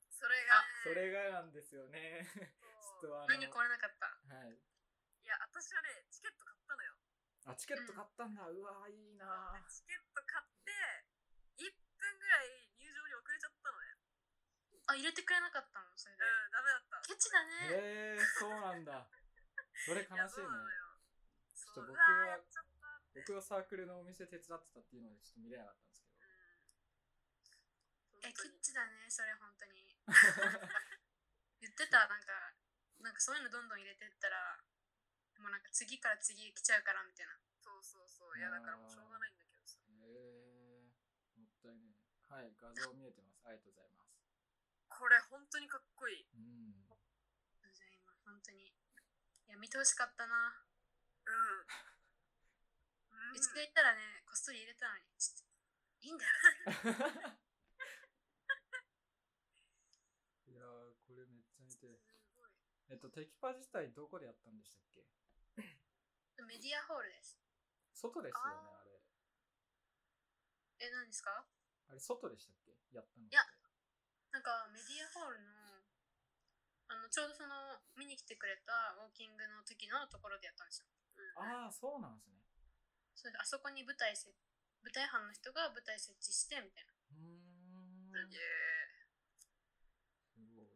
それが、ね、それがなんですよね。そうちょっとあの、何買わなかった はい。いや、私はね、チケット買ったのよ。あ、チケット買ったんだ。うわー、いいなーチケット買って、1分ぐらい入場に遅れちゃったのね。あ入れてくれなかったのそれうで、ん、ダメだった。ケチだねへえ、そうなんだ。それ悲いや しいね。ちそょっうなのよ。そうと僕うはわーやっちゃった。僕はサークルのお店手伝ってたっていうのでちょっと見れなかったんですけど。うんえ本当ケにチだねそれ本 当に言ってたなんかなんかそういうのどんどん入れてったらもうなんか次から次へ来ちゃうからみたいなそうそうそう。いや、だからもうしょうがないんだけどさ。へえ、もったいねえ。はい、画像見えてます。ありがとうございます。これ、本当にかっこいい。うん。そうじゃあ今本当にいや見てほしかったなうん。 うんうちで行ったらね、こっそり入れたのに、ちょっといいんだよ。いやー、これめっちゃ見てる。すごいえっと、テキパ自体どこでやったんでしたっけメディアホールです。外ですよね、ああーれ。え、何ですかあれ、外でしたっけやったのって。いやなんか、メディアホールの、あの、ちょうどその、見に来てくれたウォーキングの時のところでやったんですよ。ああ、そうなんですね。それであそこに舞台せ、舞台班の人が舞台設置して、みたいな。うーん。すげえ。すごい。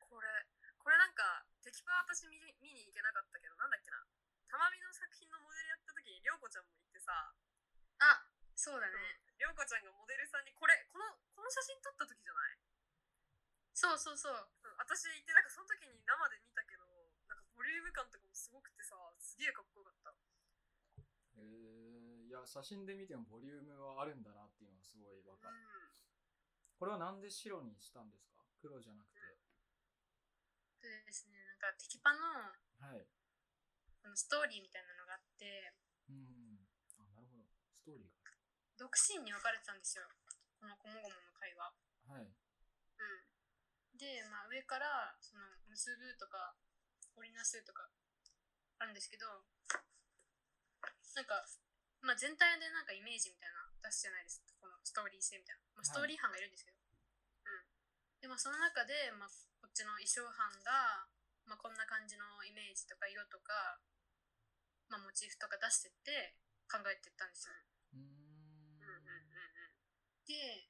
これ、これなんか、テキパ私見見に行けなかったけど、なんだっけな。たまみの作品のモデルやった時に、りょうこちゃんも行ってさ、あ、そうだね。りょうこちゃんがモデルさんに、これ、この、この写真撮った時じゃないそうそうそう。うん私行って、なんかその時に生で見たけど、なんかボリューム感とかもすごくてさ、すげえかっこよかった。えー、いや、写真で見てもボリュームはあるんだなっていうのがすごいわかうる。ん。これはなんで白にしたんですか黒じゃなくて。でですね、なんか、テキパの、はい。あの、ストーリーみたいなのがあって、うん。あ、なるほど。ストーリー独身に分かれてたんですよ。このこもごもの会話。が。はい。うん、で、まあ、上からその結ぶとか織りなすとかあるんですけどなんか、まあ、全体でなんかイメージみたいなの出すじゃないですかこのストーリー性みたいな、まあ、ストーリー班がいるんですけど、うん、で、まあ、その中で、まあ、こっちの衣装班が、まあ、こんな感じのイメージとか色とか、まあ、モチーフとか出してって考えてったんですよ、うーん。うんうんうんうん。で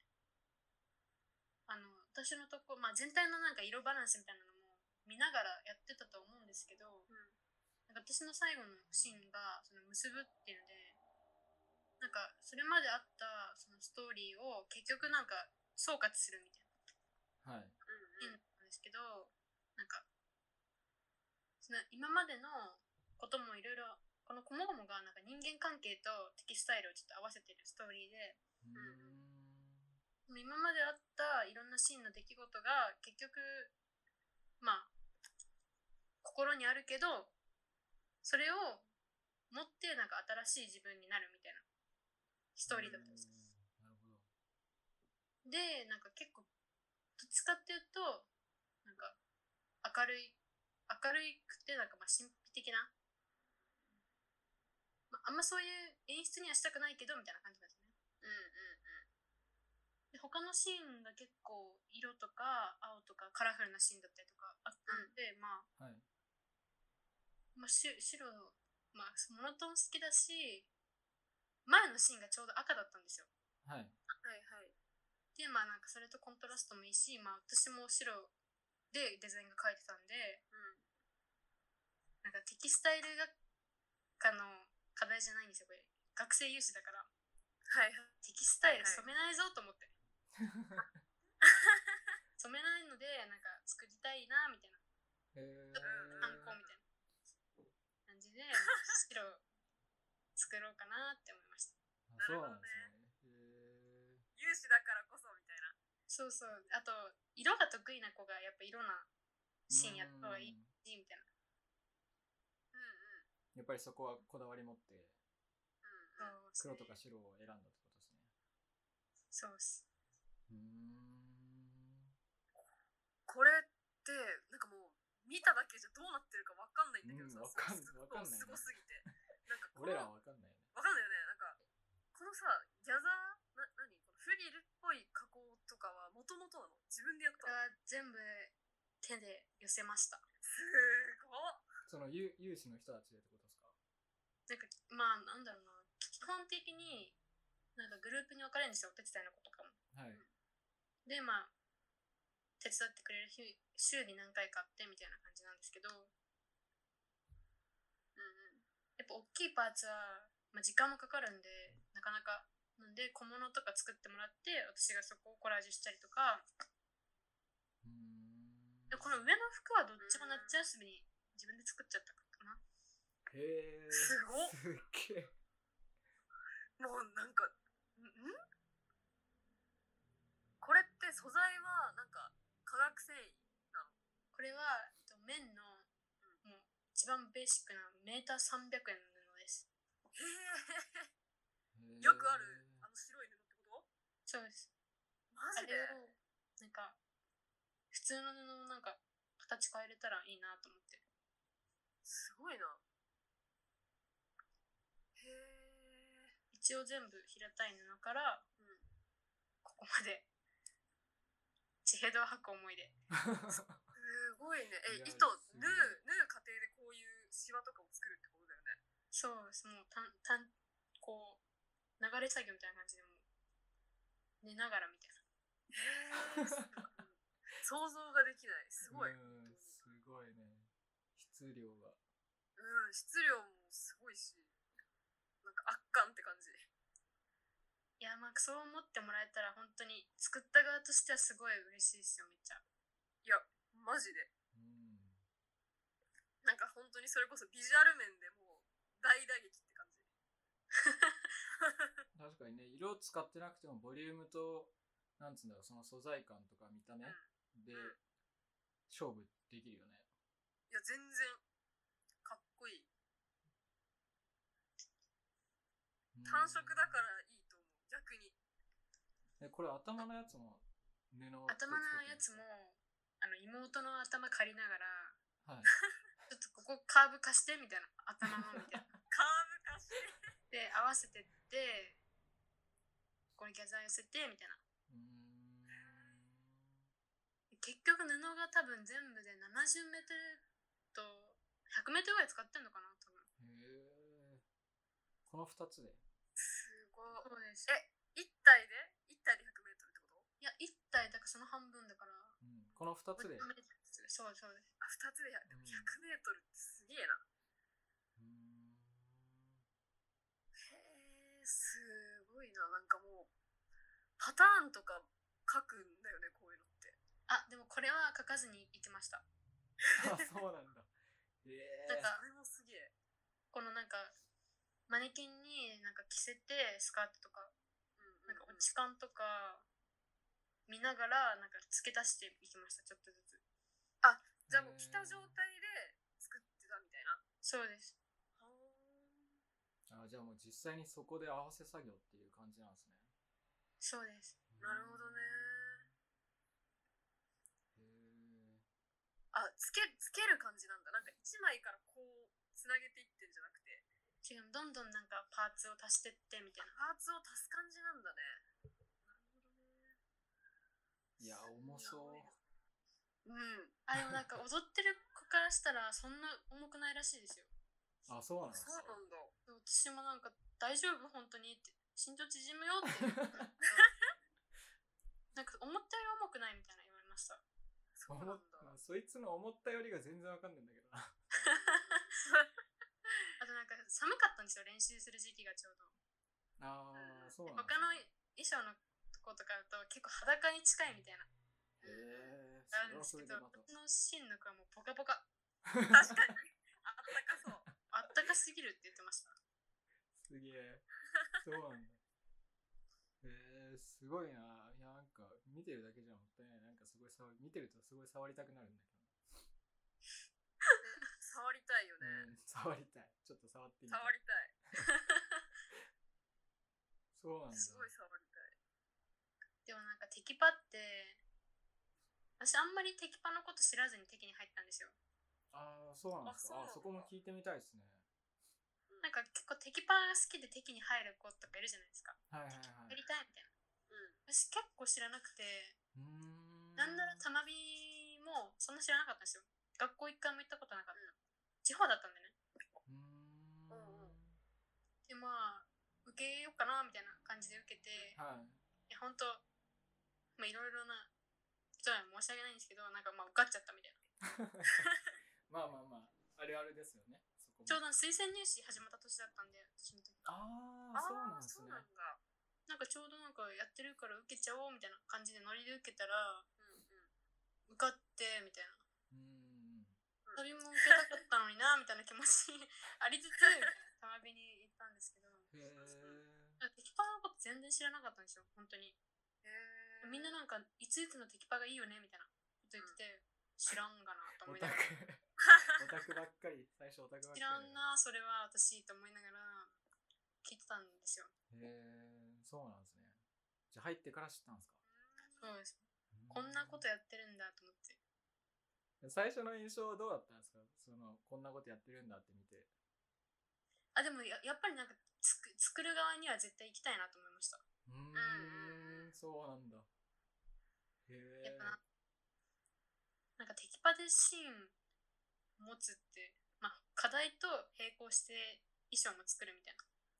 あの私のとこ、まあ、全体のなんか色バランスみたいなのも見ながらやってたと思うんですけど、なんか私の最後のシーンがその結ぶっていうのでなんかそれまであったそのストーリーを結局なんか総括するみたいなはい。シーンなんですけど、なんかその今までのこともいろいろこのこもごもがなんか人間関係とテキスタイルをちょっと合わせてるストーリーで。うーん。今まであったいろんなシーンの出来事が結局まあ心にあるけどそれを持ってなんか新しい自分になるみたいなスストーリーだったんですよ。なるほど。でなんか結構どっちかっていうとなんか明るい明るいくてなんかまあ神秘的な、まあ、あんまそういう演出にはしたくないけどみたいな感じなんですね。うんうんうん。で他のシーンが結構色とか青とかカラフルなシーンだったりとかあったので、まあはい。まあ、し白の、まあ、モノトーン好きだし前のシーンがちょうど赤だったんですよ。はい。はいはい。でまあなんかそれとコントラストもいいし、まあ、私も白でデザインが書いてたんで、なんかテキスタイル学科の課題じゃないんですよこれ学生有志だからはいはい。テキスタイルはいはい染めないぞと思 って、染めないのでなんか作りたいなみたいなえー。観光みたいな感じで、まあ白作ろうかなって思いましたあそうなんですね。え有志だからこそみたいな。そうそうあと色が得意な子がやっぱ色なー。シーンやった方がいいうんみたいなうんうん。やっぱりそこはこだわり持って、うんうん。そう黒ですとねか白を選んだってことですね。そうっすうーん。これって、なんかもう、見ただけじゃどうなってるかわかんないんだけどさ、うんわかんわかすごんないねすごすぎて。なんかこ俺 の、らはわわかんないね。かんないよね。なんか、このさ、ギャザー、な、なにこのフリルっぽい加工とかは、もとも手で寄せました。すごっその有有志の人たちでってことですかなんか、まあ、なんだろうな。基本的に、なんかグループに分かれるんですよ。お手伝いの子とかも。はい。で、まあ、手伝ってくれる日、週に何回かあってみたいな感じなんですけど、うんうん。やっぱ大きいパーツは、まあ、時間もかかるんで、なかなか。なんで、小物とか作ってもらって、私がそこをコラージュしたりとか、うーんでこの上の服はどっちも夏休みに自分で作っちゃったかな。へえ。すごっすっげえ。もうなんかんんこれって素材はなんか化学繊維これは、えっと綿の、もう、一番ベーシックなメーター300円の布です。へえへーよくあるあの白い布ってことそうです。マあジれでを、なんか、普通の布をなんか、形変えれたらいいなと思って。すごいなへえ一応全部平たい布から、うんここまで、地平道を吐く思いで。すごいねいえや糸縫うすごい縫う過程でこういうシワとかを作るってことだよねそうです。もう、たん、たん、こう、流れ作業みたいな感じでもう、寝ながらみたいな。へえ想像ができないすごい、う本当んにすごいね。質量が。うん、質量もすごいし、なんか圧巻って感じ。いや、まあ、そう思ってもらえたら、本当に、作った側としてはすごい嬉しいですよ、めっちゃ。マジで。うん。なんか本当にそれこそビジュアル面でもう大打撃って感じ。確かにね、色を使ってなくてもボリュームと、なんつうんだろう、その素材感とか見た目でうん勝負できるよね。いや、全然かっこいい。うん単色だからいいと思う、逆に。え、これ頭のやつも布を作ってる頭のやつも。、あの、妹の頭借りながら、 はい。ちょっとここカーブ貸してみたいな、頭のみたいな。 カーブ化して。で、合わせてって、これギャザー寄せてみたいな。うーん。結局布が多分全部で70メートルと100メートルぐらい使ってんのかな、多分。へえ。この二つで。すごい。そうです。え1体で ?1 体で100メートルってこといや、1体、だからその半分だから。うん、この二つで。 500メートルそうそうです。あ、2つで100、でもうん100メートルってすげえな。うーんへえ、すごいな。なんかもう、パターンとか書くんだよね、こういうのって。あ、でもこれは書かずに行ってました。あ、そうなんだ。ええ。なんかあ、れもすげえ。このなんか、マネキンになんか着せて、スカートとか、ななんんかか落落ちち感とか、見ながら、なんか付け足していきました、ちょっとずつ。じゃあもう着た状態で作ってたみたいな。そうです。あじゃあもう実際にそこで合わせ作業っていう感じなんですね。そうです。なるほどね。へえ。あ、つけ、つける感じなんだ。なんか一枚からこう、つなげていってんじゃなくて、違う、どんどんなんかパーツを足してってみたいな。パーツを足す感じなんだね。なるほどね。いや、重そう。うん。あ、でもなんか踊ってる子からしたら、そんな重くないらしいですよ。あ、そうなんですそうか。なんだ。私もなんか、大丈夫本当にって。身長縮むよって。なんか、思ったより重くないみたいな言われました。そう思なっんだ。そいつの思ったよりが全然わかんないんだけどな。あとなんか、寒かったんですよ、練習する時期がちょうど。ああ、そうなんですね他の衣装の子とかだと結構裸に近いみたいな。へえ。あそるれんはそれでまた。ですけど、私のシンの子はもうポカポカ。確かに。あったかそう。あったかすぎるって言ってました。すげえ。そうなんだ。へえ、すごいな。いや、なんか、見てるだけじゃもったいない。なんかすごい触り、見てるとすごい触りたくなるんだけど。触りたいようね。ん、触りたい。ちょっと触ってみたい触。りたい。そうなんだ。すごい触りたい。でもなんかテキパって、私あんまりテキパのこと知らずにテキに入ったんですよ。ああ、そうなんですか。あそうなんあだそこも聞いてみたいですね。なんか結構テキパが好きでテキに入る子とかいるじゃないですか。はいはいはやいり。たいみたいな。うん。私結構知らなくて、うーん。なんならたまびもそんな知らなかったんですよ。学校一回も行ったことなかった。地方だったんでね。うーんで、まあ、受けようかな、みたいな感じで受けて、はいや、ほんと、まあ、いろいろな人には申し訳ないんですけど、なんかまあ、受かっちゃったみたいな。いまあまあまああれあれですよねそこもちょうど推薦入試始まった年だったんで、私の時が。あああそうなんであ、すそうねなんだ。なんかちょうどなんかやってるから受けちゃおう、みたいな感じでノリで受けたら、うんうん。受かって、みたいな。うーん旅も受けたかったのに な、みたいな気持ちありつつ、みたいなたまびに行ったんですけど、へえなんかテキパのこと全然知らなかったんですよ、本当に。へえ。みんななんか、いついつのテキパがいいよね、みたいなこと言ってて、知らんがな、とオ思いタながクら。 オタクばっかり最初オタクばっかり知らんな、それは私、と思いながら、聞いてたんですよ。へえそうなんですねじゃあ入ってから知ったんですかそうです。こんなことやってるんだ、と思って。と最初の印象どうだったんですかそのこんなことやってるんだって見てあ、でもや、やっぱりなんか、つく作る側には絶対行きたいなと思いました。うーんんそうなんだへやっえぱなんかテキパでシーン持つって、まあ、課題と並行して衣装も作るみたい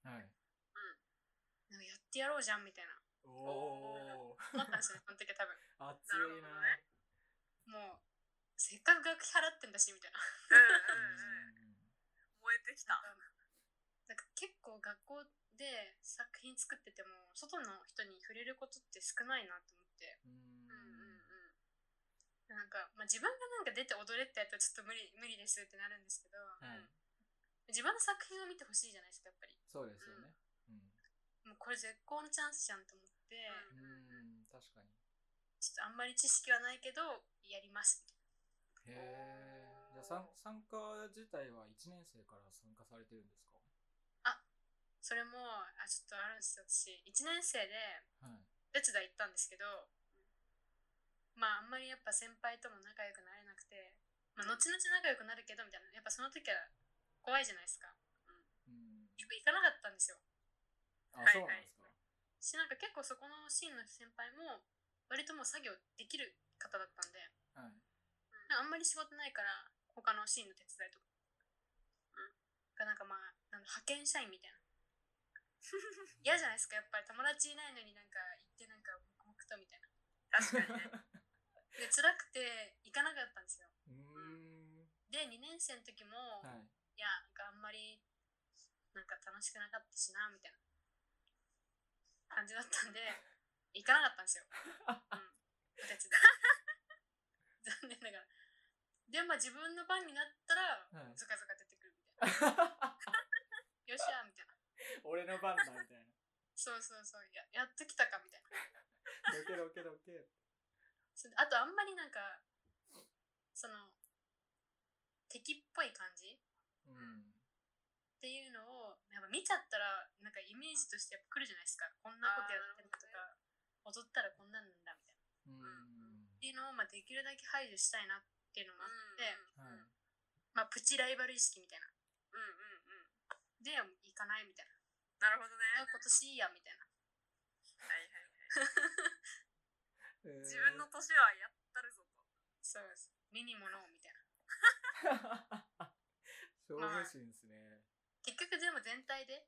はいな。なんかやってやろうじゃんみたいな。おお思ったんですよね、 その時は多分。熱なるほいどなねもう、せっかく学費払ってんだし、みたいな。ううんんうんうん。燃えてきた。なんか結構学校で作品作ってても、外の人に触れることって少ないなと思って。うーんうんうんうん。なんか、まあ、自分がなんか出て踊れってやったらちょっと無理、無理ですってなるんですけど、はい自分の作品を見てほしいじゃないですか、やっぱり。そうですよねもうこれ絶好のチャンスじゃんと思って、ううんんうんうーん確かにちょっとあんまり知識はないけど、やります。へえじゃあさん参加自体は1年生から参加されてるんですかそれも、あ、ちょっとあるんですよ、私。1年生で、はい手伝い行ったんですけど、まあ、あんまりやっぱ先輩とも仲良くなれなくて、まあ、後々仲良くなるけど、みたいな。やっぱその時は怖いじゃないですか。うん結構行かなかったんですよ。あはいそうなんですかし、なんか結構そこのシーンの先輩も、割ともう作業できる方だったんで、はいあんまり仕事ないから、他のシーンの手伝いとか。がなんかまあ、なんだ派遣社員 みたいな。嫌じゃないですか、やっぱり友達いないのになんか行ってなんか黙々とみたいな。確かにね。で、辛くて行かなかったんですよ。うーんで、2年生の時も、はいい、や、なんかあんまりなんか楽しくなかったしな、みたいな感じだった んで、行かなかったんですよ。うん。お手伝い 残念ながら。で、まあ自分の番になったら、はいずかずか出てくるみたいな。 よっしゃ、みたいな。俺の番だみたいなそうそうそう、ややっときたか、みたいな。ロケロケロケそれであと、あんまりなんか、その、敵っぽい感じうんっていうのをやっぱ見ちゃったらなんかイメージとしてやっぱ来るじゃないですかこんなことやってるとか踊ったらこんなんなんだみたいなっうんていうのをまあできるだけ排除したいなっていうのもあって、うんはいまあ、プチライバル意識みたいなうんうんうん。でもう行かないみたいなるほどなあね。今年いいやみたいなはいはいはい。えー自分の年はやったるぞと。そうです目に物をみたいな勝負心ですね結局全部全体で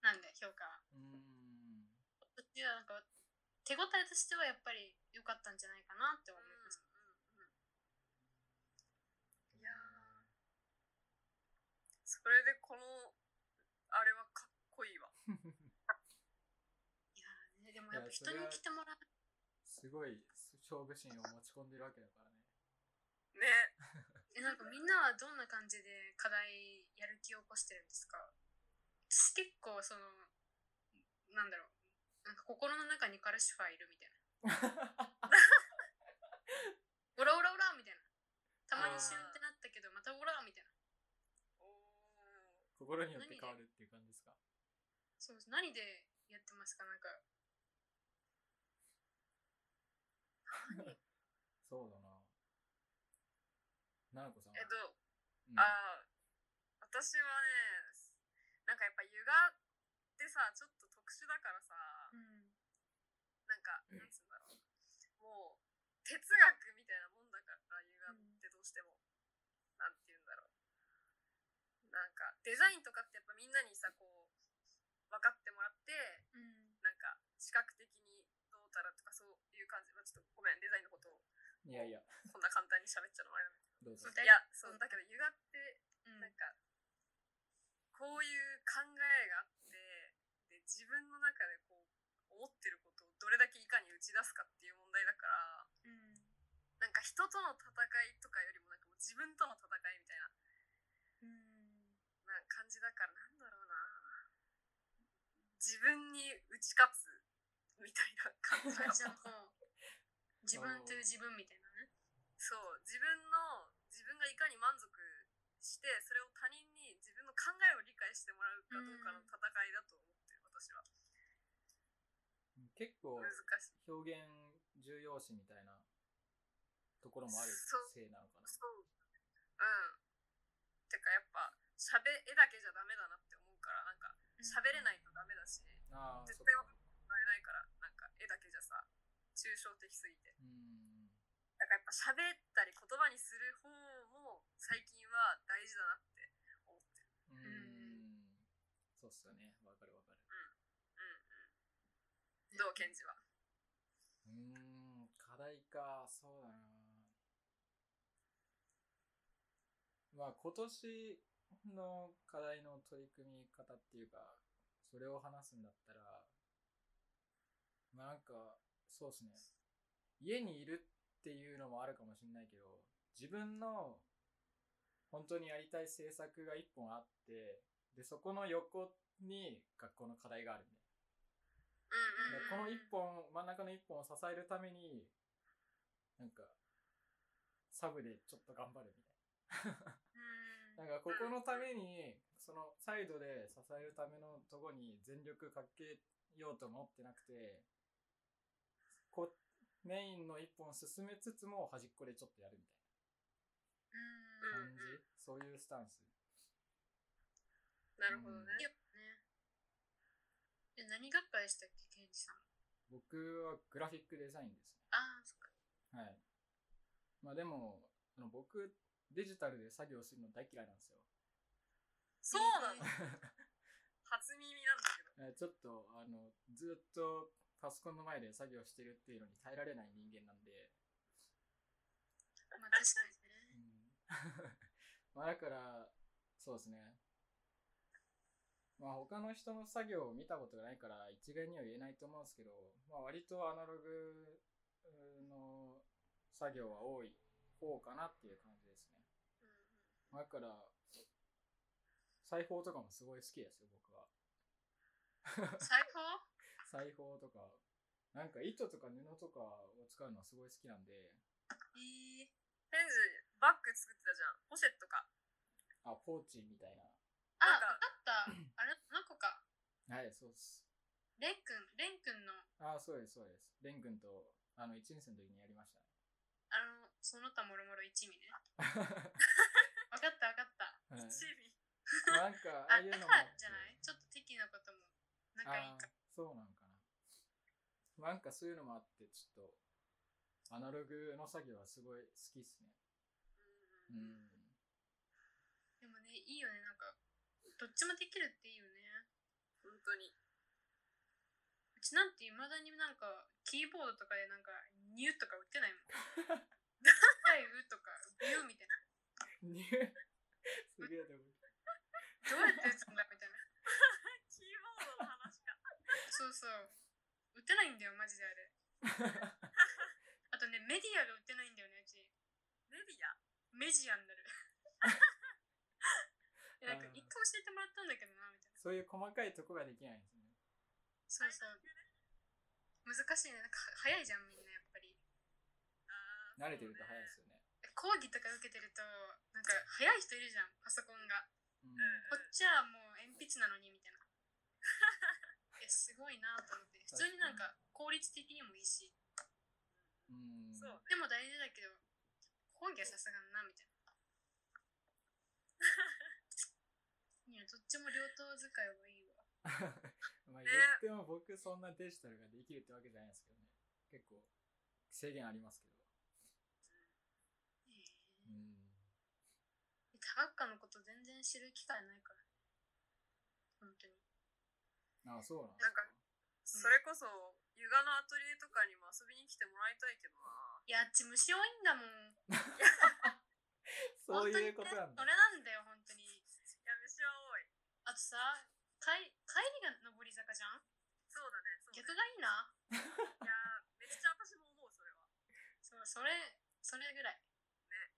なんで評価はうーんこっちはなんか手応えとしてはやっぱり良かったんじゃないかなって思います、いやーそれでこのあれはかっこいいわ。いやでもやっぱ人に来てもらうすごい勝負心を持ち込んでるわけだからねね。えなんかみんなはどんな感じで課題やる気を起こしてるんですか私結構そのなんだろうなんか心の中にカルシファーいるみたい なオラオラオラみたいなたまにシュンってなったけどまたオラみたいなおー心によって変わるっていう感じですかそうです何でやってますかなんかそうだなななこさんはえっと、うんあー私はね、なんかやっぱ湯がってさ、ちょっと特殊だからさ、うんなんか、なんつうんだろう。もう、哲学みたいなもんだから、湯がって。なんかデザインとかってやっぱみんなにさこう分かってもらってうんなんか視覚的にどうたらとかそういう感じ、まあ、ちょっとごめんデザインのことをいやいや、こんな簡単に喋っちゃうのもあれなんだけどうぞそう。どいやそうだけどゆがってうんなんかこういう考えがあってで自分の中でこう思ってることをどれだけいかに打ち出すかっていう問題だからうんなんか人との戦いとかよりもなんかもう自分との戦いみたいなうんな感じだからなんだろうな自分に打ち勝つみたいな感 じが感じの方自分という自分みたいなねそう自分の自分がいかに満足してそれを他人に自分の考えを理解してもらうかどうかの戦いだと思ってる私は結構難しい表現重要視みたいなところもあるそうせいなのかな。そううんてかやっぱ喋絵だけじゃダメだなって思うからなんか喋れないとダメだし伝ああ、絶そっ対か。えないからなんか絵だけじゃさ抽象的すぎてうん。だからやっぱ喋ったり言葉にする方も最近は大事だなって思ってる。うーんんそうっすよね。わかるわかる。うんうん。どう、ケンジは。うーん、課題か。そうだな。まあ、今年の課題の取り組み方っていうか、それを話すんだったら、まあなんか、そうっすね。家にいるっていうのもあるかもしれないけど、自分の本当にやりたい政策が一本あって、で、そこの横に学校の課題があるんで。うでこのんうん。一本真ん中の一本を支えるためになんかサブでちょっと頑張るみたいななんかここのためにそのサイドで支えるためのとこに全力かけようと思ってなくてこメインの一本進めつつも端っこでちょっとやるみたいなうん感じそういうスタンスなるほどね。うんやっぱねえ何学科でしたっけケンジさん僕はグラフィックデザインですねああそっかはい。まあでも、あの僕、デジタルで作業するの大嫌いなんですよ。そうなの初耳なえんだけど。ーちょっと、あの、ずっとパソコンの前で作業してるっていうのに耐えられない人間なんで、まあ確かにねうん まあだから、そうですね。まあ他の人の作業を見たことがないから一概には言えないと思うんですけど、まあ割とアナログうんの作業は多い方かなっていう感じですね。だから、裁縫とかもすごい好きですよ、僕は。 裁縫裁縫とか、なんか糸とか布とかを使うのはすごい好きなんで、えーケンジ、バッグ作ってたじゃん。ポシェットか。あ、ポーチみたいあなんわかかったあれあの子かな。はい、そうです。レン君レン君のあ、そうです、そうです。レン君と、あの、1年生の時にやりましたね。あのその他もろもろ一味 ねわかったわかったはい、チビ。まあなんか、あああいうだのもかあっらて。じゃないちょっと敵のことも仲いあいかーそうなんかな。まあなんかそういうのもあって、ちょっと、アナログの作業はすごい好きっすね。う。うんん。でもねいいよねなんかどっちもできるっていいよね本当に。うちなんていまだになんかキーボードとかでなんか「ニュ」とか打ってないもん。 はい、うとか「ビュ」みたいな。ニューすげえでも。どうやって打つんだみたいな。 キーボードの話か。そうそう。打てないんだよ、マジであれ。 あとね、メディアが打てないんだよね、うち。メディア。メジアに なる。えなんか一回教えてもらったんだけどな、みたいな。そういう細かいとこができないんですね。そうそう。難しいね。なんか早いじゃん、みんなやっぱり。あー慣れてると早いですよね。講義とか受けてると、なんか早い人いるじゃん、パソコンが。うんこっちはもう鉛筆なのにみたいな。いやすごいなと思って普通になんか効率的にもいいしうん。そうね。でも大事だけど講義はさすがになみたいないやどっちも両党使いはいいわまあね言っても僕そんなデジタルができるってわけじゃないんですけどね。結構制限ありますけど。えーうん。多科学科のこと全然知る機会ないから。本当に。あそうなんでなんすかかそれこそ、ヨガのアトリエとかにも遊びに来てもらいたいけどな。いや、あっち虫多いんだもん。そういうことなん本当だにねそれなんだよ、本当に。いや、飯は多い。あとさ、かい帰りが上り坂じゃんそうだね、そうだね。逆がいいな。いやー、めっちゃ私も思う、それは。そう、それ、それぐらい。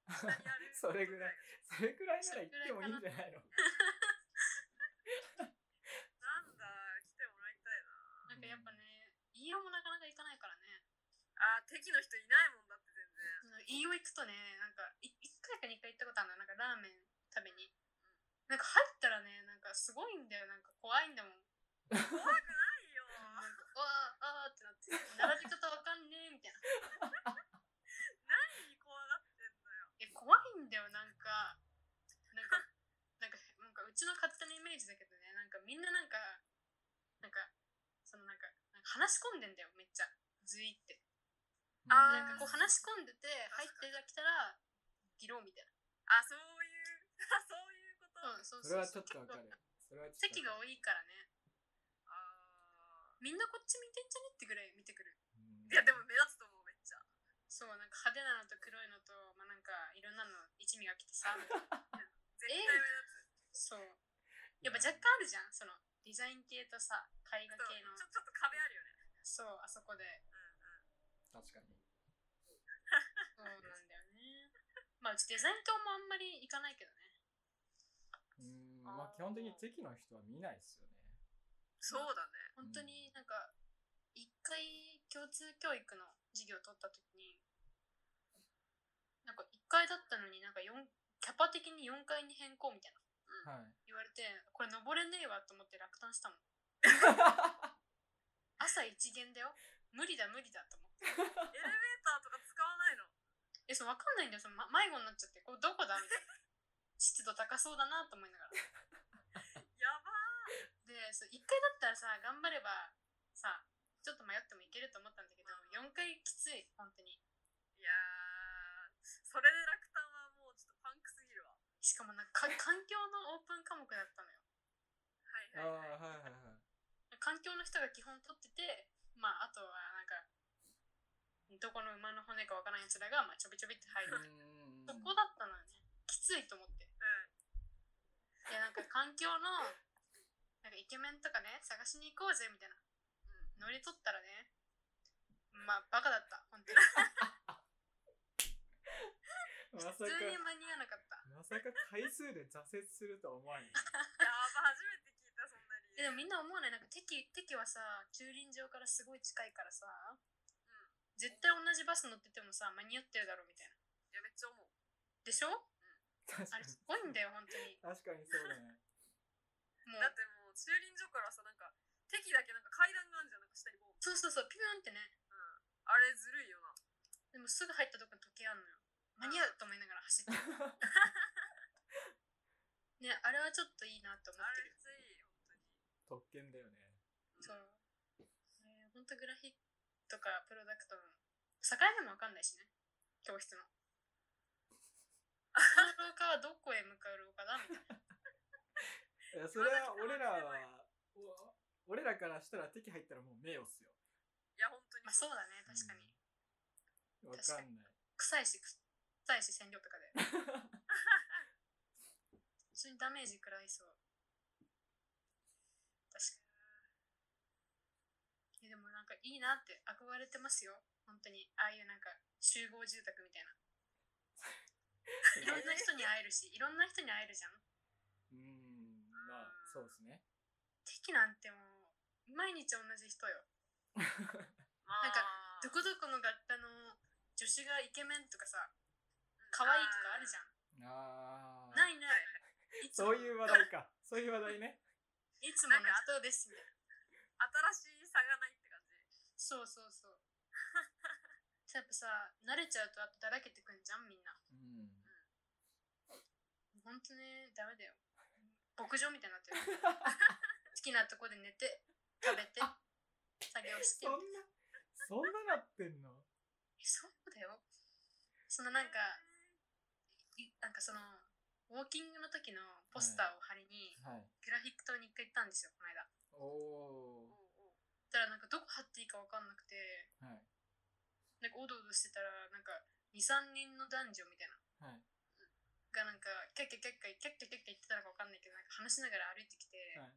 下に あるそれぐらいそれくらいなら行ってもいいんじゃないのなんだ、来てもらいたいな。なんかやっぱね、飯尾もなかなか行かないからね。あー、敵の人いないもんだって、全然。飯尾行くとね、なんか、い一回か二回行ったことあるの、なんかラーメン食べに。なんか入ったらね、なんかすごいんだよ、なんか怖いんだもん。 怖くないよ。なんか、わー、あーってなって、並び方わかんねえ、みたいな。何に怖がってんだよ。え、怖いんだよ、なんか、なんか、なんか、なんかうちの勝手なイメージだけどね、なんかみんななんか、なんか、そのなんか、なんか話し込んでんだよ、めっちゃ。ずいって。あーなんかこう話し込んでて、入ってきたら、議論みたいあ、そういう、 あ、そういうこと。な。うん、そうそれそはうそちょうっとわかるそれはちょっと席がわかる多いからね、あみんなこっち見てんじゃねってぐらい見てくる。うんーいや、でも目立つと思う、めっちゃ。そう、なんか派手なのと黒いのと、まあなんかいろんなの一味が来てさ、みたいな絶対目立つ。そう。やっぱ若干あるじゃん、そのデザイン系とさ、絵画そう系の。ちょちょっと壁あるよね。そう、あそこで。確かにそうなんだよね。まあうちデザイン棟もあんまり行かないけどね。うんまあ基本的に敵の人は見ないですよねそうだね。本当になんか、一回共通教育の授業を取った時に、なんか一回だったのになんか四キャパ的に4階に変更みたい なはい言われて、これ登れねえわと思って落胆したもん。朝一限だよ。無理だ無理だと思って。エレベーターとか使わないの。え、そう、わかんないんだよ。その、ま、迷子になっちゃって、これどこだみたいな。湿度高そうだなと思いながら。やばで、そう、一回だったらさ、頑張れば、さ、ちょっと迷ってもいけると思ったんだけど、4回きつい、本当に。いやー、それで落胆はもうちょっとパンクすぎるわ。しかもなんか、か環境のオープン科目だったのよ。はいああはいはいはい。はいはい環境の人が基本取ってて、まあ、あとはなんか、どこの馬の骨かわからんやつらが、まあ、ちょびちょびって入る。うんそこだったのよね。きついと思って。ういやなんか環境のなんかイケメンとかね探しに行こうぜみたいな、うん、乗り取ったらねまあバカだった本当にまさか普通に間に合わなかったまさか回数で挫折するとは思 わない。ん。やば、初めて聞いた、そんな理えで由。もみんな思わないなんか敵敵はさ駐輪場からすごい近いからさ、絶対同じバス乗っててもさ間に合ってるだろうみたいないや、めっちゃ思う。でしょ確あかれにすごいんだよ本当に確かにそうだね。もだっうてもう駐輪場からさなんか敵だけなんか階段があるじゃんなんか下にボンそうそうそうピューンってねあれずるいよなでもすぐ入ったとこに時計あんのよ。間に合うと思いながら走ってる。 ね、あれはちょっといいなと思あってれる。めっちゃいい本当に特権だよね。そう。えー、ほんとグラフィックとかプロダクトの境目もわかんないしね。教室の。この廊下はどこへ向かう廊下だみたいな。いやそれは俺らはお俺らからしたら敵入ったらもう名誉っすよ。いや本当にまあそうだね、確かに。わかんない。臭いし、臭いし、染料 とかで。普通にダメージ食らいそう。確かに。えでもなんかいいなって憧れてますよ。本当に。ああいうなんか集合住宅みたいな。いろんな人に会えるし、いろんな人に会えるじゃん。うん、まあそうですね。敵なんてもう、毎日同じ人よ。まあなんかどこどこの学科の助手がイケメンとかさ、可愛いとかあるじゃん。ああ。ないない。いつそもういう話題か。そういう話題ね。いつもの人ですみたいな。新しい差がないって感じそうそうそう。 やっぱさ、慣れちゃうとあとだらけてくんじゃん、みんな。うん。ほんとね、ダメだよ。牧場みたいになって る。好きなとこで寝て、食べて、作業してそん。なそんななってんの。そうだよ。そのなんか、いなんかその、ウォーキングの時のポスターを貼りに、はい。グラフィック棟に一回行ったんですよ、この間。おおたらなんかどこ貼っていいか分かんなくて、ー。はい。なんかおどおどしてたら、なんか2、3人の男女みたいな。はい。がなんかキャッキャキャッキャキャッキャキャッキャ言ってたのか分かんないけどなんか話しながら歩いてきて、はい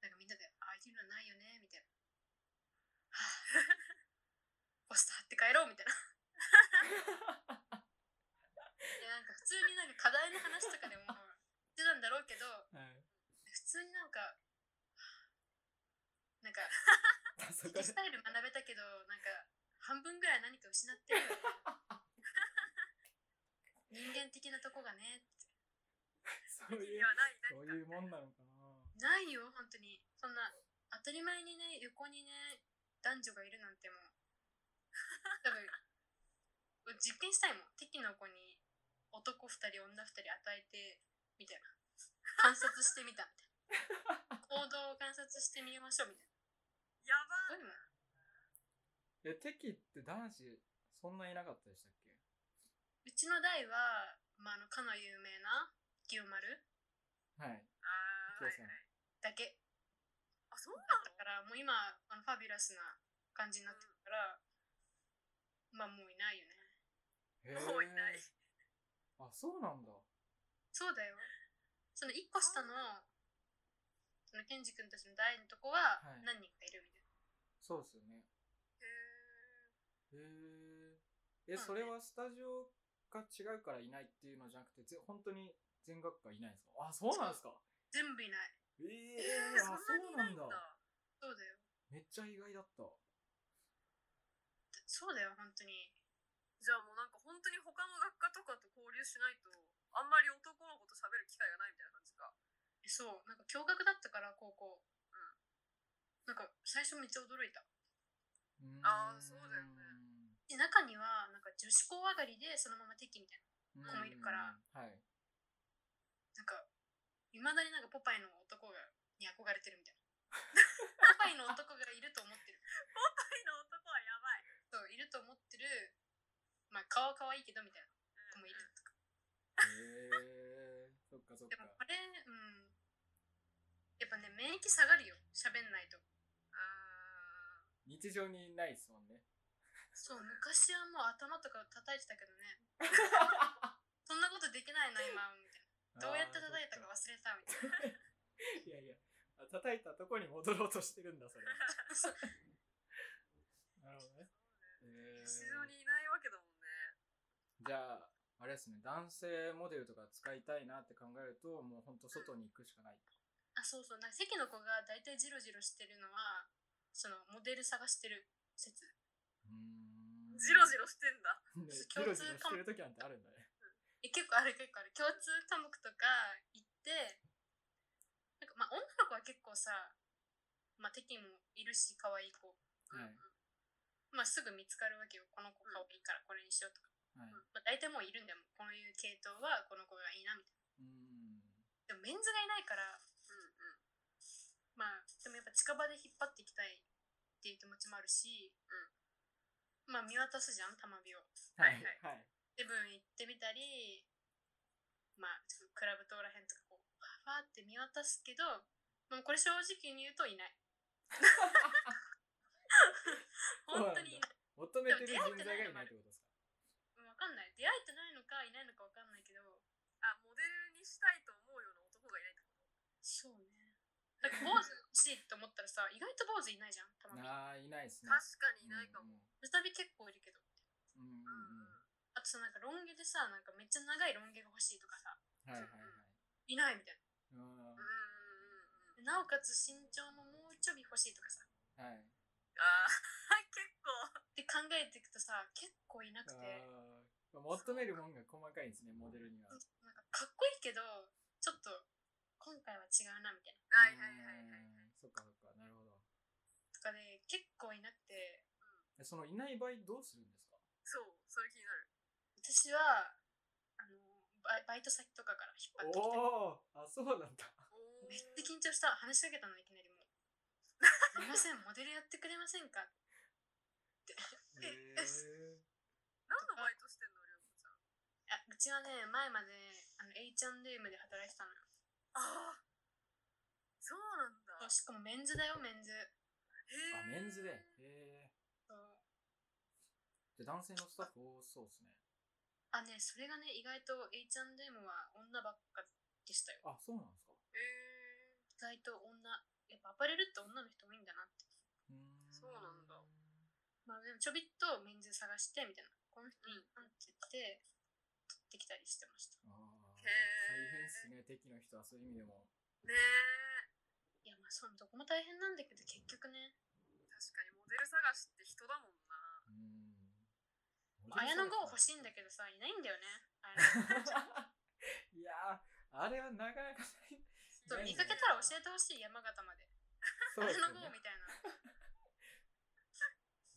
なんかみんなで「ああいうのないよね」みたいな「はあポスター貼って帰ろう」みたいないやなんか普通になんか課題の話とかでもしてたんだろうけどはい。普通になんかはあなんかあそこテキスタイル学べたけどなんか半分ぐらい何か失ってるよね人間的なとこがねってそういうや、ない、そう何いうか。もんなのかないよ本当にそんな当たり前にね横にね男女がいるなんてもう 多分実験したいもん敵の子に男2人女2人与えてみたいな観察してみたみたいな行動を観察してみましょうみたいなやすばごいもんな。え、敵って男子そんないなかったでしたっけうちの代は、まあ、あのかの有名な清丸はい。あー池尾はいさん。だけあ、そうなだっのたからもう今あのファビュラスな感じになってるから、まあもういないよねへもういない。ーあ、そうなんだ。そうだよ。その1個下の、そのケンジ君たちの代のとこははい何人かいるみたいそうですよね。へへーえ。え、それはスタジオが違うからいないっていうのじゃなくて、ぜ本当に全学科いないんですかあ、そうなんですかな。全部いない。えええー、そあ、んなにそないんだいうなんだ。。そうだよ。めっちゃ意外だった。そうだよ、本当に。じゃあもうなんか本当に他の学科とかと交流しないと、あんまり男の子と喋る機会がないみたいな感じ か。えそう、なんか驚愕だったから、高校。うん。なんか最初めっちゃ驚いた。うーんあーそうだよねで、中には、なんか女子校上がりでそのまま敵みたいうん子もいるからはい。な。なんか、いまだになんかポパイの男がに憧れてるみ たいな。ポパイの男がいると思ってる。愛の男はやばい。そう、いると思ってる。まあ、顔は可愛いけどみたいな子もいるとか。へえ。そっかそっでかも。これ、うん。やっぱね、免疫下がるよ、喋んないと。あー日常にないですもんね。そう、昔はもう頭とか叩いてたけどね。 そんなことできないな、今は、みたいな。どうやって叩いたか忘あれた、みたいー。そな。っかいやいや、あ叩いたとこに戻ろうとしてるんだ、それは。なるほどね。えー日常にいないわけだもんね。じゃあ、あれですね、男性モデルとか使いたいなって考えると、もう本当外に行くしかない。あ、そうそう、なんか席の子が大体ジロジロしてるのは、その、モデル探してる説。うーんジロジロしてんだ。ねジロジロしてる時なんてあるんだね。え結構ある結構ある共通科目とか行ってなんかまあ女の子は結構さまあ敵もいるし可愛い子はい。まあすぐ見つかるわけよこの子可愛いからこれにしようとか、はい。まあ、大体もういるんだよもうこういう系統はこの子がいいなみーん。たいうなでもメンズがいないからまあでもやっぱ近場で引っ張っていきたいっていう気持ちもあるし、まあ見渡すじゃん玉美をはいはい。はいはいセブン行ってみたり、まあ、ちょっとクラブ島らへんとかこう、ファーって見渡すけど、もうこれ正直に言うと いない。本当にいない。求めてる人材がいないってことですかわかんない。出会えてないのかいないのかわかんないけど、あ、モデルにしたいと思うような男がいないってこそうね。だから坊主欲しいと思ったらさ、意外と坊主いないじゃん、たまに。ああ、いないですとね。確かにいないかも。再び結構いるけど。うんうんうん。あとさ、なんかロン毛でさ、なんかめっちゃ長いロン毛が欲しいとかさ、はいはいはい。いないみたいな。うーん。うんうんうんうん。なおかつ身長ももうちょび欲しいとかさ。はい。あー、結構。って考えていくとさ、結構いなくあて。ー求めるもんが細かいんですね、モデルには。なんかかっこいいけど、ちょっと今回は違うなみたいな。はいはいはいはい。うーんそっかそっか、なるほど。とかで結構いなくて、えそのいない場合どうするんですかそう、それ気になる。私は、あの、バイバイト先とかから引っ張ってきて、おおあ、そうなんだ。おーめっちゃ緊張した。話しかけたのいきなりもう。すいません、モデルやってくれませんかへえ。何のバイトしてんの、りょうこちゃん。あうちはね、前まで、ああの H&M で働いてたのよああそうなんだそうしかもメンズだよメンズあ、へえメンズで。へえ。そうで、男性のスタッフ多そうですね。あねそれがね意外と H&M は女ばっかでしたよあ、そうなんですか。へえ意外と女やっぱアパレルって女の人多いんだなってうーんそうなんだまあでもちょびっとメンズ探してみたいなこの人いいなって言って取ってきたりしてましたああ、大変っすね、へえ敵の人はそういう意味でも。ねえいやまあそうどこも大変なんだけど結局ね確かにモデル探しって人だもんなうーん。綾野剛欲しいんだけどさいないんだよねい綾野剛やー、あれはなかなか ない。そうないね見かけたら教えてほしい山形までそうです綾よ野剛ね。みたいな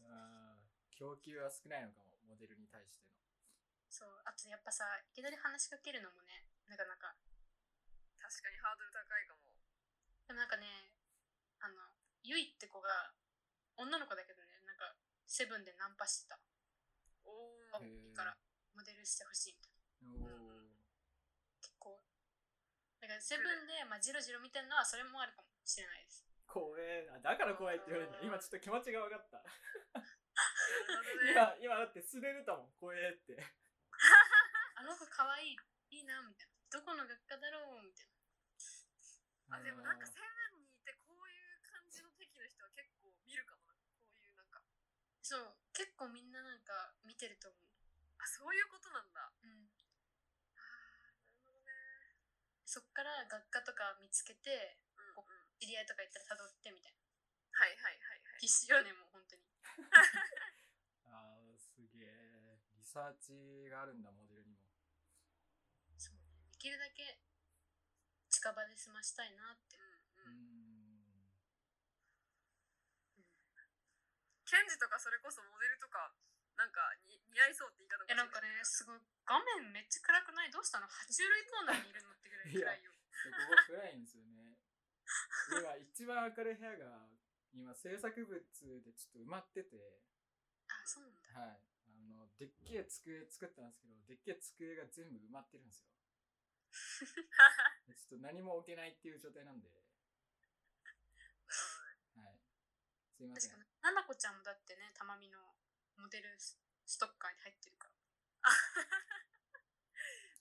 あー供給は少ないのかも、モデルに対しての。そうあとやっぱさいきなり話しかけるのもねなかなか確かにハードル高いかもでもなんかねあのゆいって子が女の子だけどねなんかセブンでナンパしてたおあへおーいいからモデルしてほしいみたいなおお、結構だからセブンで、まあ、ジロジロ見てるのはそれもあるかもしれないです怖えな。だから怖いって言われるんだ。今ちょっと気持ちが分かった。なるほどね今、今だって素で出たもん、怖えって。 あの子かわいいいいなみたいなどこの学科だろうみたいなあでもなんかセブンにいてこういう感じの敵の人は結構見るかもなこういうなんかそう結構みんななんか見てると思うあそういうことなんだうんあーなるほどねそっから学科とか見つけてうんうん知り合いとか行ったら辿ってみたいなはいはいはいはい必死よねもう本当にあーすげえリサーチがあるんだモデルにもそうねできるだけ近場で済ましたいなってうーうんうんんケンジとかそれこそモデルとかなんかに似合いそうって言い方いやなんかねすごい画面めっちゃ暗くないどうしたの爬虫類コーナーにいるのってぐらい暗でここ暗いんいよですよね今一番明るい部屋が今制作物でちょっと埋まっててあそうなんだはいあのでっけえ机作ったんですけどでっけえ机が全部埋まってるんですよちょっと何も置けないっていう状態なんではいすいませ確んかにななこちゃんもだってねたまみのモデルスストッカーに入ってるから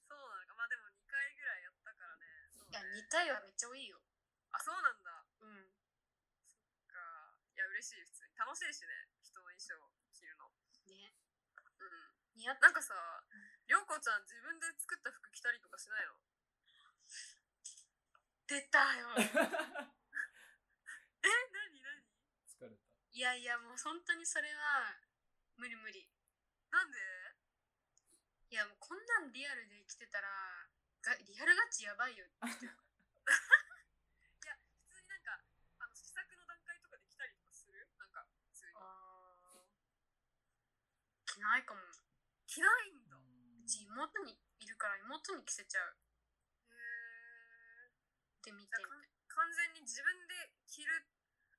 そうなのかまあでも2回ぐらいやったからねそういやね似たよめっちゃ多いよあそうなんだうんかいや嬉しい普通に楽しいしね人の衣装着るのねうん似合ってなんかるさりょうこちゃん自分で作った服着たりとかしないの出たよえなになに疲れたいやいやもう本当にそれは無理無理なんでいやもうこんなんリアルで生きてたらがリアルガチやばいよ普通になんかあの試作の段階とかで着たりとかするなんか普通にあ着ないかもう着ないんだへち妹にいるから妹に着せちゃうえで見じゃてあかん完全に自分で着る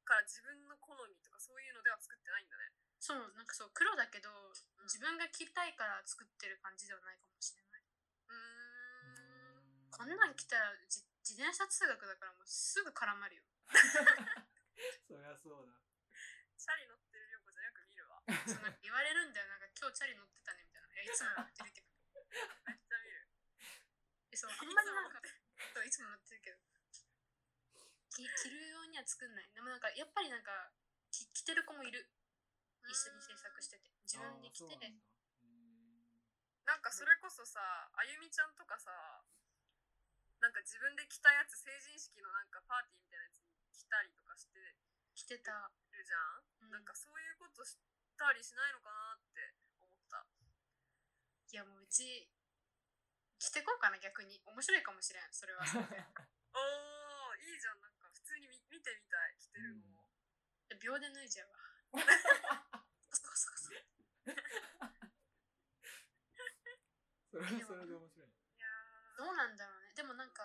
から自分の好みとかそういうのでは作ってないんだねそうなんかそう黒だけどん自分が着たいから作ってる感じではないかもしれない、うーんこんなん着たらじ自転車通学だからもうすぐ絡 まるよそりゃそうだチャリ乗ってるりょうこちゃんよく見るわめっそうなんか言われるんだよなんか今日チャリ乗ってたねみたいないやいつも乗ってるけ どちゃ見るえそうあんまりなんかそういつも乗ってるけどき着るようには作んないでもなんかやっぱりなんかき着てる子もいる一緒に制作してて自分で着てあーそうなんだなんかそれこそさあゆみちゃんとかさなんか自分で着たやつ成人式のなんかパーティーみたいなやつに着たりとかしてる着てた、じゃん、うんなんかそういうことしたりしないのかなって思ったいやもううち着てこうかな逆に面白いかもしれんそ れはそれでおーいいじゃんなんか普通に見見てみたい着てるのを、秒で脱いじゃうわ そこそこそこそれはそれで面白いいやーどうなんだろうねでもなんか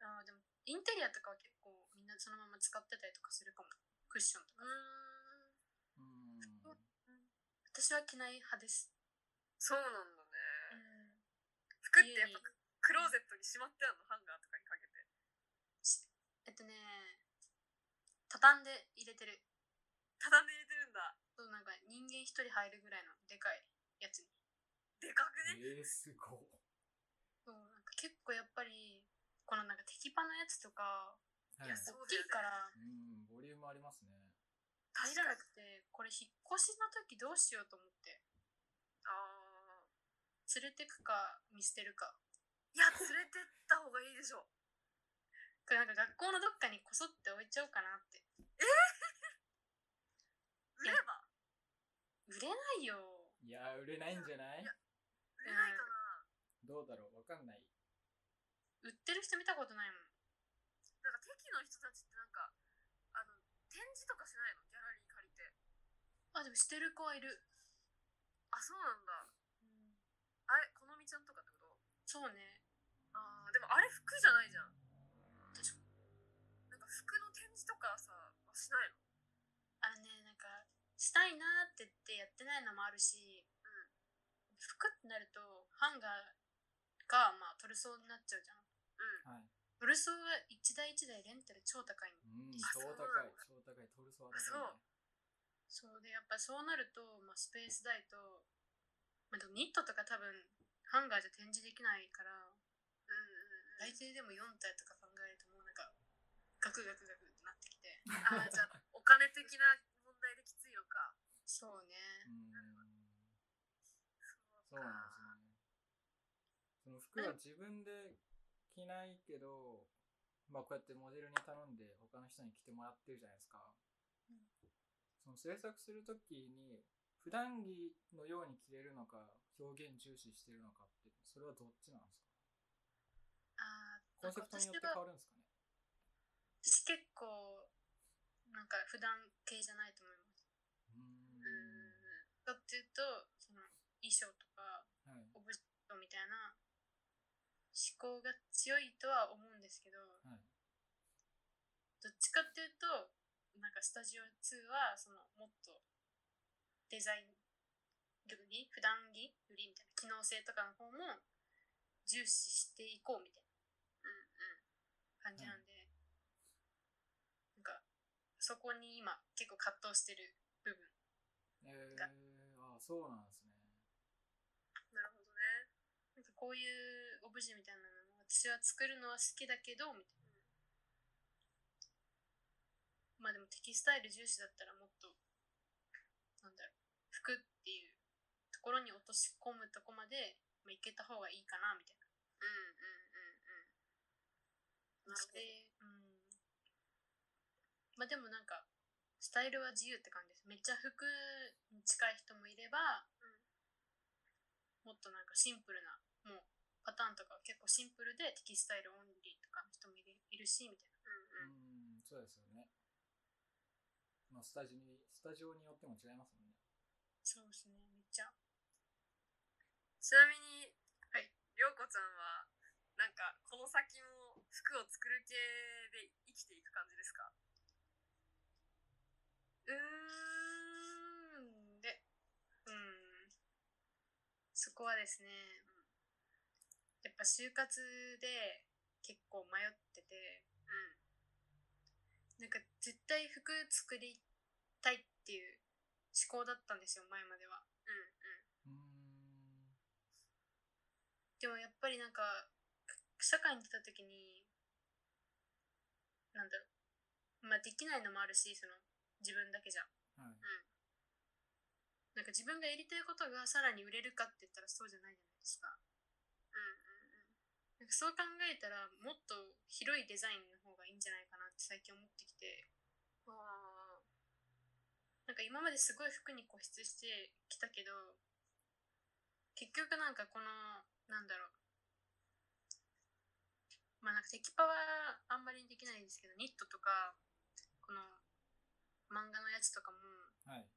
あーでもインテリアとかは結構みんなそのまま使ってたりとかするかもクッションとかうん私は着ない派ですそうなんだね、ん服ってやっぱ家に暗クローゼットにしまってあるのハンガーとかにかけてえっとね、畳んで入れてる。畳んで入れてるんだそうなんか人間一人入るぐらいのでかいやつに。でかくえねー、すごい。そうなんか結構やっぱり、このなんかテキパのやつとか、はいい、や大そうきいから、うん、ボリュームありますね。入らなくて、これ引っ越しの時どうしようと思って、ああ連れてくか見捨てるか。いや連れてった方がいいでしょこれなんか学校のどっかにこそって置いちゃおうかなって。売れ ば売れないよ。いやー、売れないんじゃないいや売れないかなどうだろうわかんない。売ってる人見たことないもん。なんか敵の人たちってなんかあの展示とかしないのギャラリー借りてあ、でもしてる子はいる。あそうなんだあれこのみちゃんとかってことそうね。ああでもあれ服じゃないじゃん確かなんか服の展示とかさはしないのあのね、なんか、したいなーって言ってやってないのもあるし、服ってなると、ハンガーが、まあ、トルソーになっちゃうじゃん。はい。トルソーが一台一台レンタル超高いの。うん、あ超そう高なんいだ、超高い、トルソーはそ高い、ね。うそうで、やっぱそうなると、まあ、スペース代と、まあ、でもニットとか多分、ハンガーじゃ展示できないから、うんうんうん来店でも4体とか考えると、もうなんか、ガクガクガクってなってきて。 あーじゃあお金的な問題できついのかそうね。うん、そそうなんですね。その服は自分で着ないけど、まあこうやってモデルに頼んで他の人に着てもらってるじゃないですか。うんその制作するときに、普段着のように着れるのか、表現重視してるのかって、それはどっちなんですかあーコンセプトによってなんか私は変わるんですかね私結構なんか普段系じゃないと思いますうどっちとその衣装とかーん。はい。オブジェクトみたいな思考が強いとは思うんですけどはい。どっちかっていうとなんかスタジオ2はそのもっとデザインより普段着よりみたいな機能性とかの方も重視していこうみたいな、うんうん、感じなんで、なんかそこに今結構葛藤してる部分えー、ああ、そうなんですね。なるほどねなんかこういうオブジェみたいなの私は作るのは好きだけどみたいなまあでもテキスタイル重視だったらもっとなんだろう服っていうところに落とし込むとこまで、まあ、いけた方がいいかなみたいなうんうんうんうんなるほどでうんまあでもなんかスタイルは自由って感じですめっちゃ服に近い人もいれば、もっとなんかシンプルなもうパターンとか結構シンプルでテキスタイルオンリーとかの人もいるいるしみたいなうん、そうですよね。まあ、スタジオに、スタジオによっても違いますもんね。そうですねめっちゃちなみに、はい、りょうこちゃんは、なんか、この先も服を作る系で生きていく感じですかうーんでうんそこはですねやっぱ就活で結構迷っててなんか絶対服作りたいっていう思考だったんですよ前まではううんうん。ーん。でもやっぱりなんか社会に出た時になんだろうまあできないのもあるしその自分だけじゃはい。なんか自分がやりたいことがさらに売れるかって言ったらそうじゃないじゃないですかなんかそう考えたらもっと広いデザインの方がいいんじゃないかなって最近思ってきてあーなんか今まですごい服に固執してきたけど結局なんかこのなんだろうまあなんかテキパはあんまりできないんですけどニットとかこの漫画のやつとかもはい。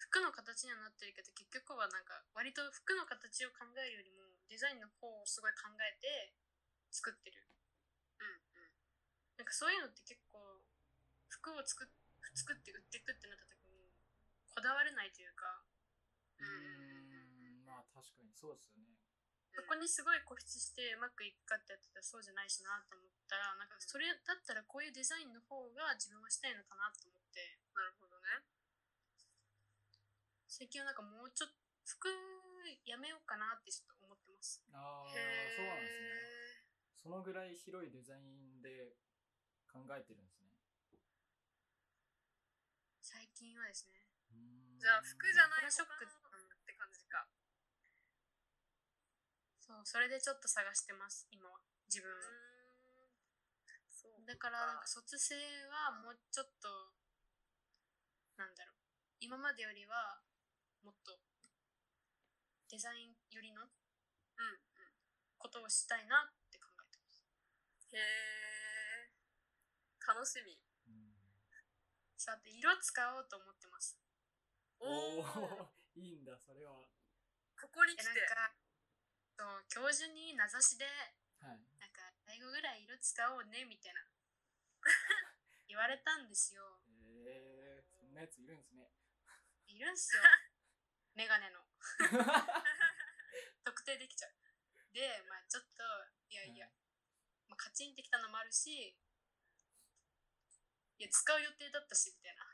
服の形にはなってるけど結局はなんか割と服の形を考えるよりもデザインの方をすごい考えて作ってるうんうんなんかそういうのって結構服を作っ作って売っていくってなった時にこだわれないというかうーん、まあ、確かにそうですよね。そこにすごい固執してうまくいくかってやってたらそうじゃないしなと思ったらなんかそれだったらこういうデザインの方が自分はしたいのかなと思ってなるほどね。最近はなんかもうちょっと服やめようかなってちょっと思ってますああ、へそうなんですね。そのえ。ぐらい広いデザインで考えてるんですね。最近はですねうーんじゃあ服じゃないこれショック他のって感じか。そうそれでちょっと探してます今は自分うーをん。そうだからなんか卒生はもうちょっとなんだろう今までよりはもっとデザイン寄りのうんうん。ことをしたいなって考えてますへえ。楽しみ。うんさて色使おうと思ってますおおお。ーいいんだ、それは。ここにえ来てなん。かそう教授に名指しではい。なんか最後ぐらい色使おうねみたいな言われたんですよえー、そんなやついるんですね。いるんす よメガネ の特定できちゃうでまあちょっといやいや、はいまあ、カチンってきたのもあるしいや使う予定だったしみたいな、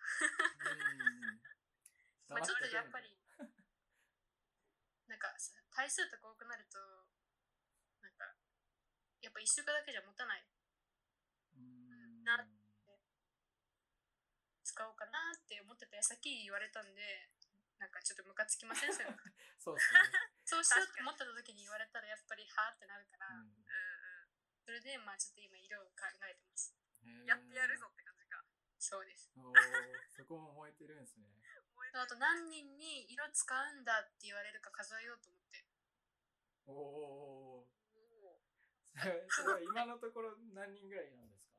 うんまあ、ちょっとやっぱり なんかさ対数とか多くなるとなんかやっぱ1週間だけじゃ持たないうんな使おうかなって思ってた矢先言われたんでなんかちょっとムカつきませんそれ そうっすね。そうしようと思ってた時に言われたらやっぱりはーってなるかうら、んうそれでまあちょっと今色を考えてます んうん。やってやるぞ。って感じか。そうですおーそこも燃えてるんですね。燃えてあと何人に色使うんだって言われるか数えようと思っておお。おーそれそれは今のところ何人ぐらいなんですかい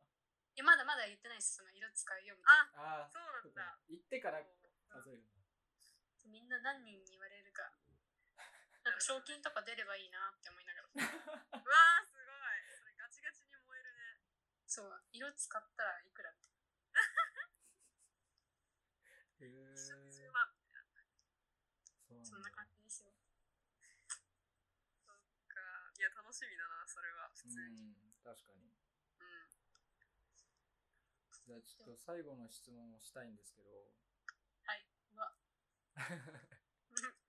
やまだまだ言ってないですその色使うよみたいなあ、ああ、そうなんだ。行ってから数うえるんだ。みんな何人に言われるかなんか賞金とか出ればいいなって思いながらわあ、すごい。それガチガチに燃えるね。そう色使ったらいくらってへえ。一緒に10万。そうそんななだん感じですよか いや楽しみだなそれは普通うにん、確かに。うん、じゃあちょっと最後の質問をしたいんですけど。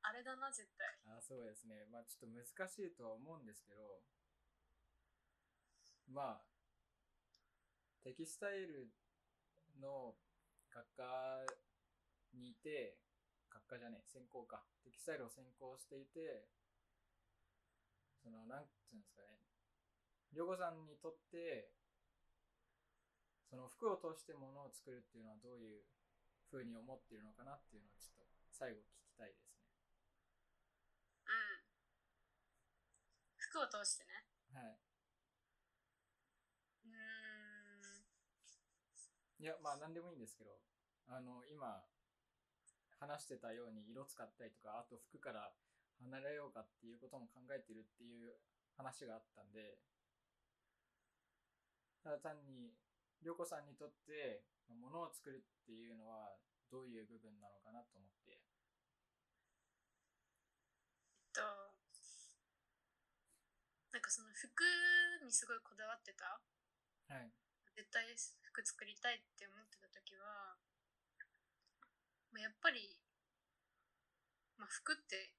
あれだな絶対あそうですね。まあちょっと難しいとは思うんですけど、まあ、テキスタイルの学科にいて、学科じゃねえ、専攻か。テキスタイルを専攻していて、その、なんていうんですかね。りょうこさんにとって、その服を通してものを作るっていうのはどういうふうに思っているのかなっていうのをちょっと最後聞きたいですね。うん、服を通してねはい。うーんいや、まあ何でもいいんですけど、あの、今、話してたように色使ったりとか、あと服から離れようかっていうことも考えてるっていう話があったんで、ただ単に、りょうこさんにとって、物を作るっていうのは、どういう部分なのかなと思って。となんかその服にすごいこだわってたはい。絶対服作りたいって思ってた時はまあやっぱり、まあ、服って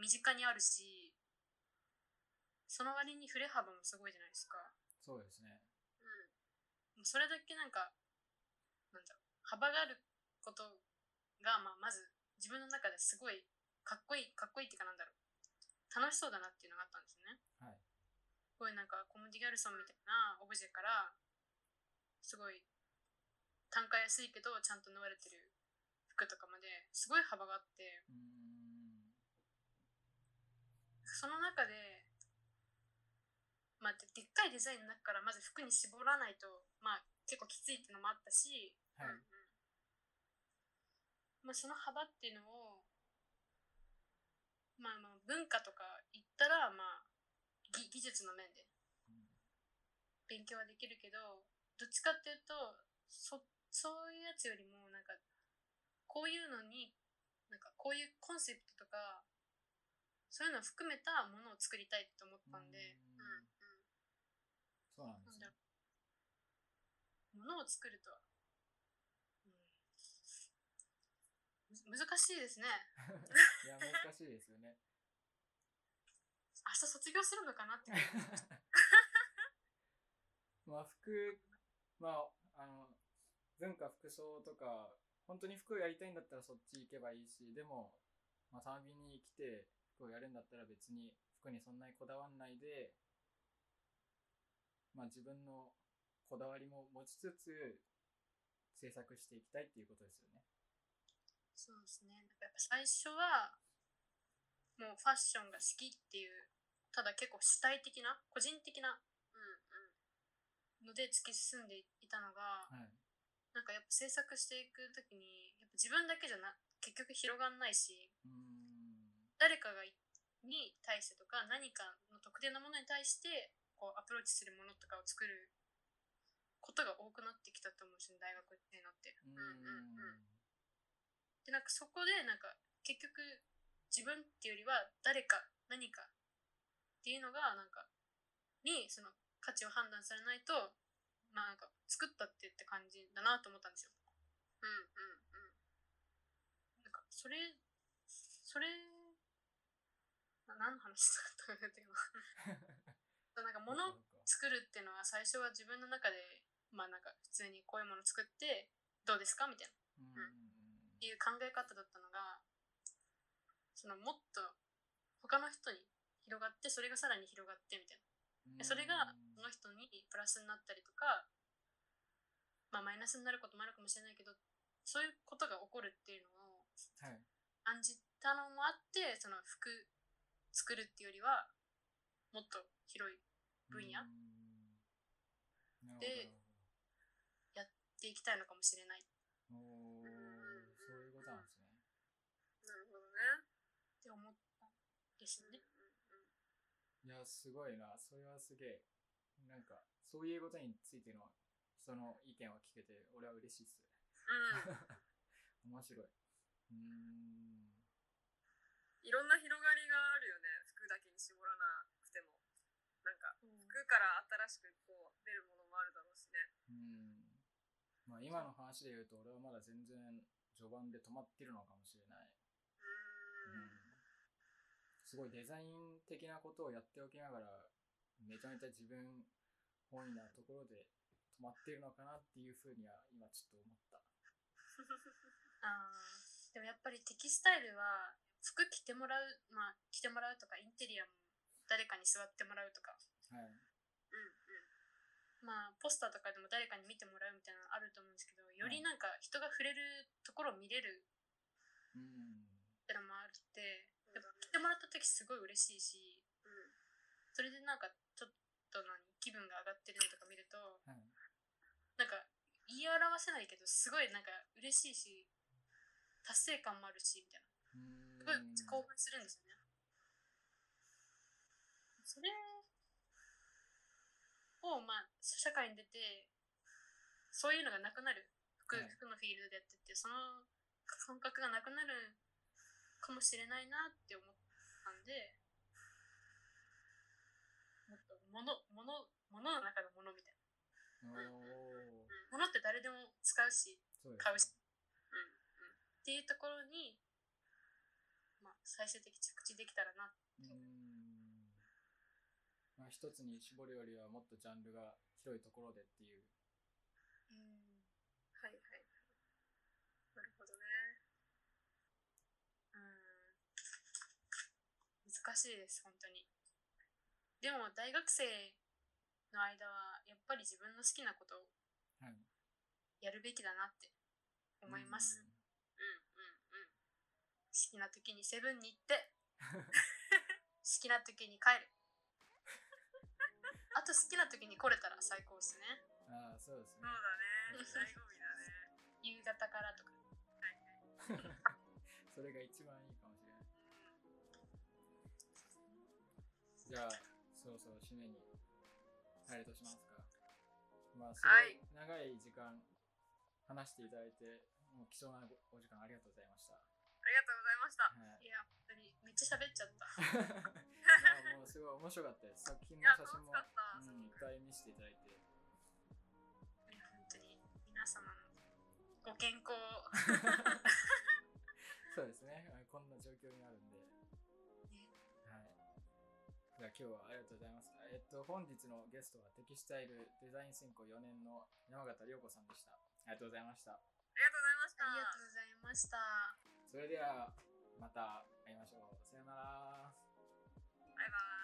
身近にあるしその割に振れ幅もすごいじゃないですかそうですね。もうそれだけなんかなんだろう幅があることが、まあ、まず自分の中ですごいかっこいいかっこいいっていうかなんだろう楽しそうだなっていうのがあったんですねはい。すごいなんかコメディギャルソンみたいなオブジェからすごい単価安いけどちゃんと縫われてる服とかまですごい幅があってうーん。その中で、まあ、ででっかいデザインの中からまず服に絞らないと、まあ、結構きついっていうのもあったし、はい。まあ、その幅っていうのを、まあ、まあ文化とか言ったら、まあ、技技術の面でうん勉強はできるけどどっちかっていうとそそういうやつよりもなんかこういうのになんかこういうコンセプトとかそういうのを含めたものを作りたいと思ったんで、ううんん、そうなんでなんすだねろう。ものを作るとは、うん、む難しいですね。いや難しいですよね明日卒業するのかなって思いました。まあ服まああの文化服装とか本当に服をやりたいんだったらそっち行けばいいしでも、まあ、サービに来て服をやるんだったら別に服にそんなにこだわんないで、まあ、自分のこだわりも持ちつつ制作していきたいっていうことですよね。そうですね。なんかやっぱ最初は、もうファッションが好きっていう、ただ結構主体的な、個人的な、うんうん、ので突き進んでいたのが、はい、なんかやっぱ制作していくときに、やっぱ自分だけじゃな、結局広がんないし、うーん誰かがいに対してとか何かの特定のものに対してこうアプローチするものとかを作ることが多くなってきたと思うし、大学生になって。うーんでなんかそこでなんか結局自分っていうよりは誰か何かっていうのがなんかにその価値を判断されないとまあなんか作ったってって感じだなと思ったんですよ。うんうんうん。なんかそれそれな何の話だったかなっていうのはそうなんか物を作るっていうのは最初は自分の中でまあなんか普通にこういうもの作ってどうですかみたいな。うーんっていう考え方だったのがそのもっと他の人に広がってそれがさらに広がってみたいなでそれがその人にプラスになったりとか、まあ、マイナスになることもあるかもしれないけどそういうことが起こるっていうのをはい感じたのもあってその服作るっていうよりはもっと広い分野うーんなるほどでっていきたいのかもしれないっおおそういうことなんですね。なるほどね。て思ったんですよね。いや、すごいな。それはすげえ。なんか、そういうことについての人の意見を聞けて、俺は嬉しいっす。うん。面白い。うーん。いろんな広がりがあるよね。服だけに絞らなくても。なんか、服から新しくこう出るものもあるだろうしね。うん。まあ、今の話で言うと、俺はまだ全然序盤で止まってるのかもしれない。う。うんすごいデザイン的なことをやっておきながら、めちゃめちゃ自分本位なところで止まってるのかなっていうふうには、今ちょっと思った。あーでもやっぱりテキスタイルは服着てもらうまあ着てもらうとかインテリアも誰かに座ってもらうとかはい。まあポスターとかでも誰かに見てもらうみたいなのあると思うんですけどよりなんか人が触れるところを見れるうん。ってのもあるってやっぱ着てもらった時すごい嬉しいし、それでなんかちょっと何気分が上がってるのとか見るとはい。なんか言い表せないけどすごいなんか嬉しいし達成感もあるしみたいな。うすごんい興奮するんですよね。それを、まあ、社会に出て、そういうのがなくなる。服はい服のフィールドでやってて、その感覚がなくなるかもしれないなって思ったんで、もっと物、物、物の中の物みたいおーな。物って誰でも使うし、そうですね買うし、っていうところに、まあ、最終的に着地できたらなうーんまあ、一つに絞るよりはもっとジャンルが広いところでっていううんはいはい。なるほどね。うん難しいです本当にでも大学生の間はやっぱり自分の好きなことをはいやるべきだなって思います、うんうんうん。好きな時にセブンに行って好きな時に帰るあと好きな時に来れたら最高ですねうんああそうですそうだね。醍醐味だね。夕方からとかねそれが一番いいかもしれないじゃあそろそろ締めに入るとしますかまあすはいごい長い時間話していただいてもう貴重なごお時間ありがとうございました、ありがとうございました。はいいや本当当にめっちゃ喋っちゃった。いやもうすごい面白かったです作品いもや、写楽し真も、かった。うん、いっぱい見せていただいていや本当に皆様のご健康を、そうですねあこんな状況になるんで、はい、じゃあ今日はありがとうございますえっと本日のゲストはテキスタイルデザイン専攻4年の山形涼子さんでしたありがとうございましたありがとうございましたありがと。うございそれました。ではまた会いましょうさようならバイバイ。